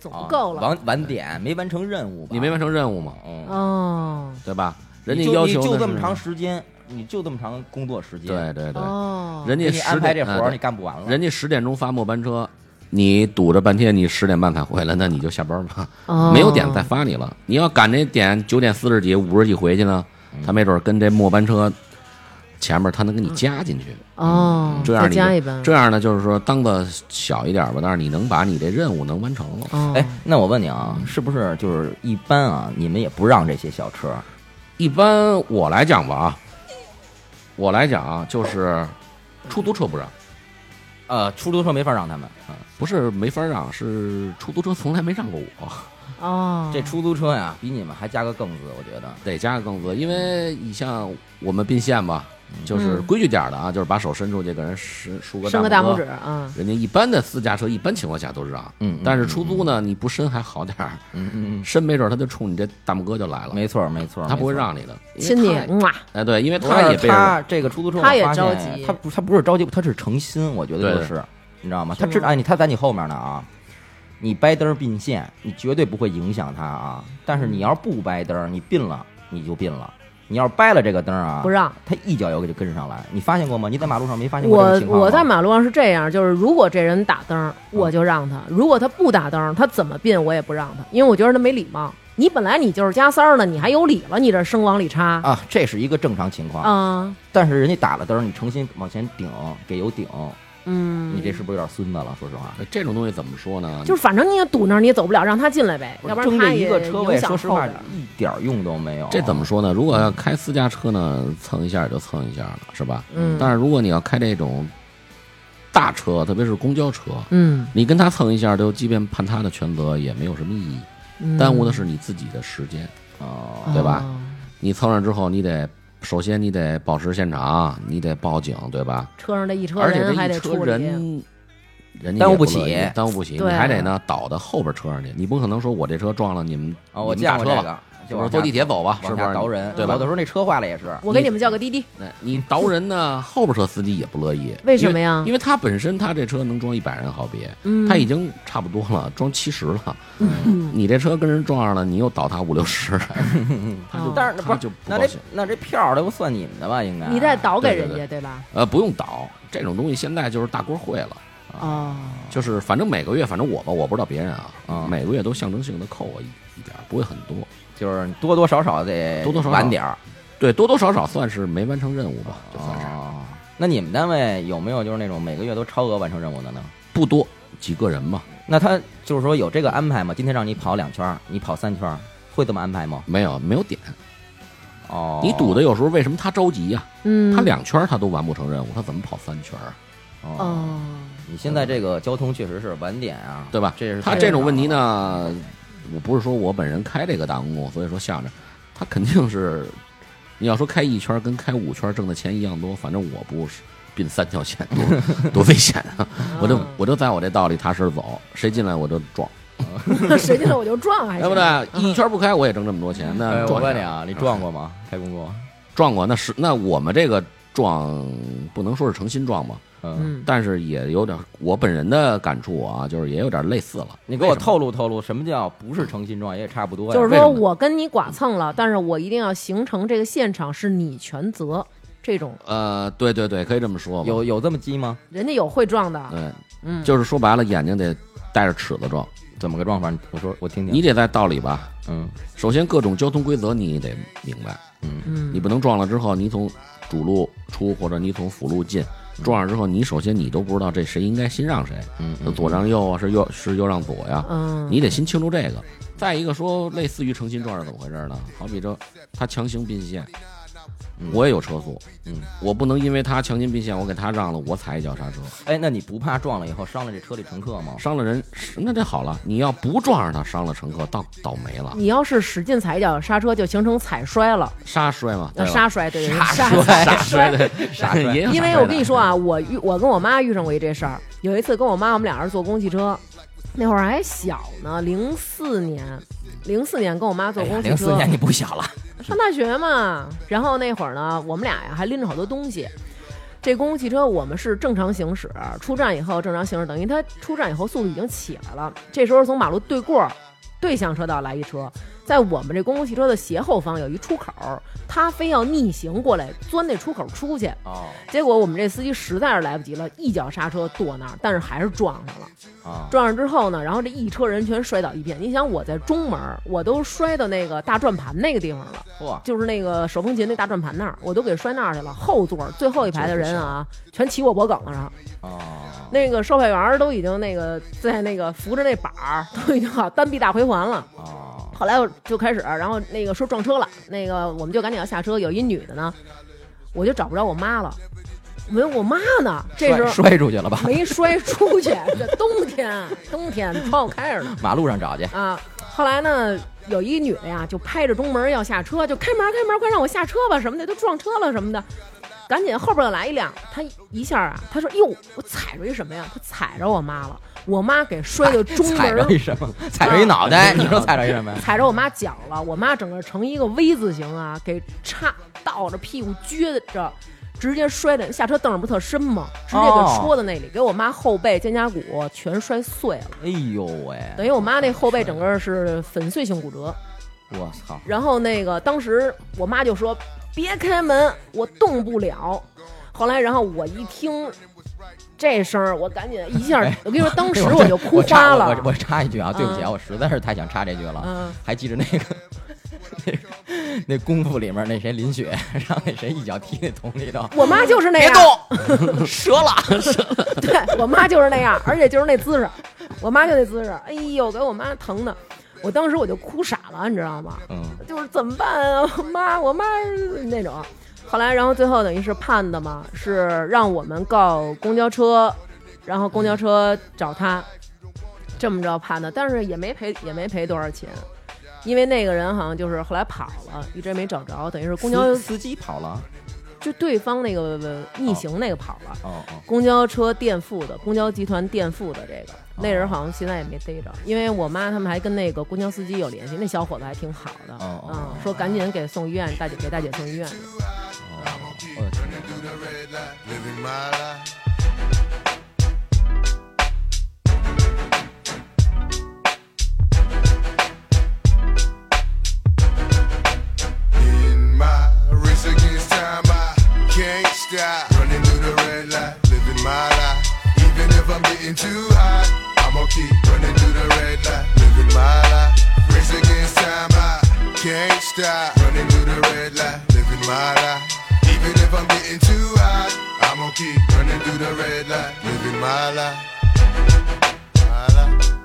Speaker 4: 总
Speaker 2: 啊
Speaker 4: 不够了
Speaker 2: 晚晚点没完成任务吧？
Speaker 3: 你没完成任务吗？
Speaker 2: 嗯，
Speaker 4: 哦
Speaker 3: 对吧？人家
Speaker 2: 你就
Speaker 3: 要求
Speaker 2: 你
Speaker 3: 的
Speaker 2: 就是这么长，时间，你就这么长工作时间，
Speaker 3: 对对对，
Speaker 4: 哦，
Speaker 3: 人家
Speaker 2: 你安
Speaker 3: 十
Speaker 2: 排
Speaker 3: 点
Speaker 2: 这活
Speaker 3: 啊
Speaker 2: 儿
Speaker 3: 对
Speaker 2: 你干不完了，
Speaker 3: 人家十点钟发末班车，你堵着半天，你十点半才回来，那你就下班吧，
Speaker 4: 哦
Speaker 3: 没有点再发你了。你要赶这点九点四十几、五十几回去呢，他没准跟这末班车前面他能给你加进去，
Speaker 4: 哦，
Speaker 3: 这样
Speaker 4: 再加
Speaker 3: 你
Speaker 4: 一班，
Speaker 3: 这样呢，就是说当的小一点吧，但是你能把你这任务能完成了。
Speaker 4: 哦
Speaker 2: 哎，那我问你啊，是不是就是一般啊，你们也不让这些小车？
Speaker 3: 一般我来讲吧啊，我来讲啊，就是出租车不让，
Speaker 2: 呃，出租车没法让他们。
Speaker 3: 不是没法让，是出租车从来没让过我，
Speaker 4: 哦，
Speaker 2: 这出租车呀，比你们还加个更字，我觉得。
Speaker 3: 得加个更字，因为你像我们并线吧，
Speaker 2: 嗯
Speaker 3: 就是规矩点儿的啊，就是把手伸出去给人伸竖
Speaker 4: 嗯
Speaker 3: 个
Speaker 4: 伸个
Speaker 3: 大
Speaker 4: 大
Speaker 3: 拇
Speaker 4: 拇指，啊，
Speaker 3: 人家一般的私家车一般情况下都让，
Speaker 2: 嗯嗯
Speaker 3: 但是出租呢，你不伸还好点儿，
Speaker 2: 嗯嗯
Speaker 3: 伸没准儿他就冲你这大拇哥就来了，
Speaker 2: 没错儿没错儿，
Speaker 3: 他不会
Speaker 2: 没错儿
Speaker 3: 让你的，因为
Speaker 4: 亲你嗯
Speaker 3: 他，
Speaker 4: 哇，
Speaker 3: 哎，对，因为
Speaker 2: 不
Speaker 3: 他
Speaker 2: 是
Speaker 3: 也被人
Speaker 2: 他这个出租车我
Speaker 4: 他也
Speaker 2: 发现
Speaker 4: 着急
Speaker 2: 他不他不是着急，他是诚心，我觉得就
Speaker 3: 对
Speaker 2: 是，你知道吗？
Speaker 4: 是
Speaker 2: 他知
Speaker 4: 吗
Speaker 2: 道哎你他在你后面呢啊，你掰灯儿并线，你绝对不会影响他啊。但是你要是不掰灯儿，你并了你就并了，你要是掰了这个灯儿啊，
Speaker 4: 不让。
Speaker 2: 他一脚油给就跟上来，你发现过吗？你在马路上没发现过这种
Speaker 4: 我
Speaker 2: 情况吗
Speaker 3: 啊
Speaker 4: 我在马路上是这样，就是如果这人打灯，我就让他；如果他不打灯，他怎么并我也不让他，因为我觉得他没礼貌。你本来你就是加塞儿的，你还有理了？你这生往里插
Speaker 2: 啊，这是一个正常情况，
Speaker 4: 啊？
Speaker 2: 但是人家打了灯儿，你诚心往前顶，给油顶，
Speaker 4: 嗯，
Speaker 2: 你这是不是有点孙子了？说实话。
Speaker 3: 哎这种东西怎么说呢？
Speaker 4: 就是反正你也堵那儿，你也走不了，让他进来呗，
Speaker 2: 不是
Speaker 4: 要不然
Speaker 2: 争
Speaker 4: 他
Speaker 2: 这一
Speaker 4: 也
Speaker 2: 个车位，
Speaker 4: 影响
Speaker 2: 说实
Speaker 4: 后
Speaker 2: 话
Speaker 4: 边儿
Speaker 2: 一点儿用都没有。啊
Speaker 3: 这怎么说呢？如果要开私家车呢，蹭一下也就蹭一下了，是吧？
Speaker 4: 嗯
Speaker 3: 但是如果你要开这种大车，特别是公交车，
Speaker 4: 嗯，
Speaker 3: 你跟他蹭一下，就即便判他的全责，也没有什么意义。
Speaker 4: 嗯
Speaker 3: 耽误的是你自己的时间，
Speaker 2: 哦，
Speaker 3: 对吧？？你蹭上之后，你得首先你得保持现场，你得报警，对吧？
Speaker 4: 车上这一车
Speaker 3: 而且这
Speaker 4: 人还
Speaker 3: 一
Speaker 4: 得
Speaker 3: 车
Speaker 4: 处理，
Speaker 3: 人，人家
Speaker 2: 耽误
Speaker 3: 也
Speaker 2: 不
Speaker 3: 不乐意
Speaker 2: 起
Speaker 3: 耽误不起，你
Speaker 4: 对啊
Speaker 3: 还得呢倒到后边车上去。你不可能说我这车撞了你们，
Speaker 2: 啊，我
Speaker 3: 你
Speaker 2: 见
Speaker 3: 们大
Speaker 2: 过
Speaker 3: 车
Speaker 2: 这
Speaker 3: 吧？
Speaker 2: 个，就
Speaker 3: 我
Speaker 2: 往
Speaker 3: 说坐
Speaker 2: 下
Speaker 3: 地铁走吧，是
Speaker 2: 往
Speaker 3: 不
Speaker 2: 下
Speaker 3: 是
Speaker 2: 倒人，
Speaker 3: 对
Speaker 2: 有
Speaker 3: 吧
Speaker 2: 的？时候那车坏了也是，
Speaker 4: 我给你们叫个滴滴，
Speaker 3: 哎你倒人呢，后边车司机也不乐意，
Speaker 4: 为什么呀
Speaker 3: 因为因为他本身他这车能装一百人，好比
Speaker 4: 嗯，
Speaker 3: 他已经差不多了，装七十了。你这车跟人撞上了，你又倒他五六十，
Speaker 4: 嗯
Speaker 3: 他
Speaker 4: 哦
Speaker 3: 就
Speaker 2: 但是
Speaker 3: 他
Speaker 2: 不是
Speaker 3: 就不
Speaker 2: 那
Speaker 3: 高
Speaker 2: 这
Speaker 3: 兴。
Speaker 2: 那这票儿这不算你们的吧？应该
Speaker 4: 你再倒给
Speaker 3: 对对
Speaker 4: 人
Speaker 3: 对
Speaker 4: 家对吧？
Speaker 3: 呃，不用倒，这种东西现在就是大锅烩了，
Speaker 4: 哦，
Speaker 3: 就是反正每个月，反正我吧，我不知道别人啊，
Speaker 2: 啊
Speaker 3: 每个月都象征性的扣我一一点儿，不会很多，
Speaker 2: 就是你多多少少得
Speaker 3: 多多少少
Speaker 2: 晚点儿
Speaker 3: 对，多多少少算是没完成任务吧，啊就算是、
Speaker 2: 哦。那你们单位有没有就是那种每个月都超额完成任务的呢？
Speaker 3: 不多几个人嘛，
Speaker 2: 那他就是说有这个安排吗？今天让你跑两圈儿，你跑三圈儿，会这么安排吗？
Speaker 3: 没有没有点，
Speaker 2: 哦，
Speaker 3: 你堵的有时候为什么他着急呀、
Speaker 4: 嗯，
Speaker 3: 他两圈儿他都完不成任务，他怎么跑三圈儿啊？
Speaker 2: 哦，
Speaker 4: 哦，
Speaker 2: 你现在这个交通确实是晚点啊，
Speaker 3: 对吧？
Speaker 2: 这是
Speaker 3: 他
Speaker 2: 太
Speaker 3: 这种问题
Speaker 2: 正
Speaker 3: 呢，呃我不是说我本人开这个大公共，所以说向着他肯定是，你要说开一圈儿跟开五圈儿挣的钱一样多，反正我不是并三条线 多多危险啊！
Speaker 4: 嗯
Speaker 3: 我就 我就在我这道里踏实走，谁进来我就撞，
Speaker 4: 谁进来我就撞，还
Speaker 3: 对不
Speaker 4: 行
Speaker 3: 对？一圈儿不开我也挣这么多钱，
Speaker 2: 常哎
Speaker 3: 那
Speaker 2: 我
Speaker 3: 撞一
Speaker 2: 问你
Speaker 3: 下
Speaker 2: 啊，你撞过吗？开公共？
Speaker 3: 撞过那是那我们这个撞不能说是诚心撞吧，
Speaker 2: 嗯，
Speaker 4: 嗯，
Speaker 3: 但是也有点我本人的感触啊，就是也有点类似了。
Speaker 2: 你给我
Speaker 3: 为什么
Speaker 2: 透露透露，什么叫不是诚心撞也差不多呀？
Speaker 4: 就是
Speaker 3: 为
Speaker 4: 说
Speaker 3: 什么呢
Speaker 4: 我跟你剐蹭了，但是我一定要形成这个现场是你全责，这种
Speaker 3: 呃，对对对，可以这么说吧。
Speaker 2: 有有这么鸡吗？
Speaker 4: 人家有会撞的，
Speaker 3: 对，
Speaker 4: 嗯
Speaker 3: 就是说白了，眼睛得带着尺子撞，
Speaker 2: 怎么个撞法？我说我听听。
Speaker 3: 你得在道理吧。
Speaker 2: 嗯
Speaker 3: 首先，各种交通规则你得明白，
Speaker 4: 嗯
Speaker 3: 你不能撞了之后，你从主路出或者你从辅路进，撞上之后，你首先你都不知道这谁应该先让谁，
Speaker 2: 嗯
Speaker 3: 是左让右啊，是右是右让左呀，
Speaker 4: 嗯，
Speaker 3: 你得先清楚这个。再一个说，类似于诚心撞是怎么回事呢？好比这他强行并线，我也有车速，
Speaker 2: 嗯，
Speaker 3: 我不能因为他强行并线，我给他让了，我踩一脚刹车，
Speaker 2: 哎，那你不怕撞了以后伤了这车里乘客 吗？
Speaker 3: 伤了人，是那这好了，你要不撞上他，伤了乘客，倒倒霉了，
Speaker 2: 嗯
Speaker 4: 你要是使劲踩一脚刹车，就形成踩摔了，
Speaker 3: 刹摔嘛，
Speaker 4: 那
Speaker 3: 对吧
Speaker 4: 刹摔对对对
Speaker 2: 刹
Speaker 4: 摔
Speaker 2: 摔
Speaker 3: 哎摔的，刹
Speaker 2: 摔
Speaker 3: 也有
Speaker 4: 因为
Speaker 3: 刹摔
Speaker 4: 我
Speaker 3: 的
Speaker 4: 跟你说啊，我遇我跟我妈遇上过一这事儿。有一次跟我妈，我们俩人坐公汽车，那会儿还小呢，零四年，零四年跟我
Speaker 3: 哎
Speaker 4: 妈坐公汽
Speaker 2: 哎零四
Speaker 4: 车，
Speaker 2: 年你不小了，
Speaker 4: 上大学嘛。然后那会儿呢，我们俩呀还拎着好多东西。这公共汽车我们是正常行驶，出站以后正常行驶，等于它出站以后速度已经起来了。这时候从马路对过儿对向车道来一车，在我们这公共汽车的斜后方有一出口，他非要逆行过来，钻那出口出去。
Speaker 2: 哦
Speaker 4: 结果我们这司机实在是来不及了，一脚刹车跺那儿，但是还是撞上了。
Speaker 2: 啊，
Speaker 4: 撞上之后呢，然后这一车人全摔倒一片。你想我在中门儿，我都摔到那个大转盘那个地方了，
Speaker 2: 嚯，
Speaker 4: 就是那个手风琴那大转盘那儿，我都给摔那儿去了。后座儿最后一排的人啊，全骑我脖梗子上。
Speaker 2: 哦
Speaker 4: 那个售票员儿都已经那个在那个扶着那板儿，都已经好单臂大回环了。
Speaker 2: 哦，
Speaker 4: 后来我就开始，然后那个说撞车了，那个我们就赶紧要下车。有一女的呢，我就找不着我妈了，没有我妈呢，这时
Speaker 2: 摔
Speaker 4: 候
Speaker 2: 摔出去了吧？
Speaker 4: 没摔出去，这冬天冬天窗户开着呢
Speaker 2: 马路上找去，
Speaker 4: 啊。后来呢，有一女的呀，就拍着中门要下车，就开门开门，快让我下车吧什么的，都撞车了什么的。赶紧后边又来一辆，她一下啊，她说：“哟，我踩着一什么呀？”她踩着我妈了，我妈给摔到中
Speaker 2: 踩
Speaker 4: 门啊
Speaker 2: 着一什么？踩着一脑袋，你说踩着一什么呀？
Speaker 4: 踩着我妈脚了，我妈整个成一个 V 字形啊，给叉倒着屁股撅着，直接摔的下车凳儿不特深吗？直接给
Speaker 2: 哦
Speaker 4: 戳在那里，给我妈后背肩胛骨全摔碎了，
Speaker 2: 哎呦喂，
Speaker 4: 等于我妈那后背整个是粉碎性骨折。
Speaker 2: 我操，
Speaker 4: 然后那个当时我妈就说：“别开门，我动不了。”后来，然后我一听这声儿，我赶紧一下，我跟你说，当 时
Speaker 2: 哎呦
Speaker 4: 我就哭
Speaker 2: 插
Speaker 4: 花了。
Speaker 2: 我我我插一句啊，对不起啊，
Speaker 4: 嗯
Speaker 2: 我实在是太想插这句了。
Speaker 4: 嗯，
Speaker 2: 还记着那个那个那功夫里面那谁林雪让那谁一脚踢那桶里头，哎
Speaker 4: 我妈就是那样。
Speaker 2: 动，折了。
Speaker 4: 对我妈就是那样，而且就是那姿势，我妈就那姿势，哎呦，给我妈疼的，我当时我就哭傻了，你知道吗？
Speaker 2: 嗯，
Speaker 4: 就是怎么办啊， 妈，我妈那种。后来，然后最后等于是判的嘛，是让我们告公交车，然后公交车找他，这么着判的，但是也没赔，也没赔多少钱。因为那个人好像就是后来跑了，一直没找着，等于是公交
Speaker 2: 司司机跑了。
Speaker 4: 就对方那个呃逆行那个跑了，
Speaker 2: 哦哦，
Speaker 4: 公交车垫付的，公交集团垫付的这个，那人好像现在也没逮着，因为我妈他们还跟那个公交司机有联系，那小伙子还挺好的，
Speaker 2: 哦哦
Speaker 4: 嗯，说赶紧给送医院，大姐给大姐送医院去。
Speaker 2: 哦
Speaker 6: Do the red light, living my life. In my race against time, I can't stop. Running through the red light, living my life. Even if I'm getting too high, I'ma keep running through the red light, living my life. Race against time, I can't stop. Running through the red light, living my life. Even if I'm getting too high, I'ma keep running through the red light, living my life. My life.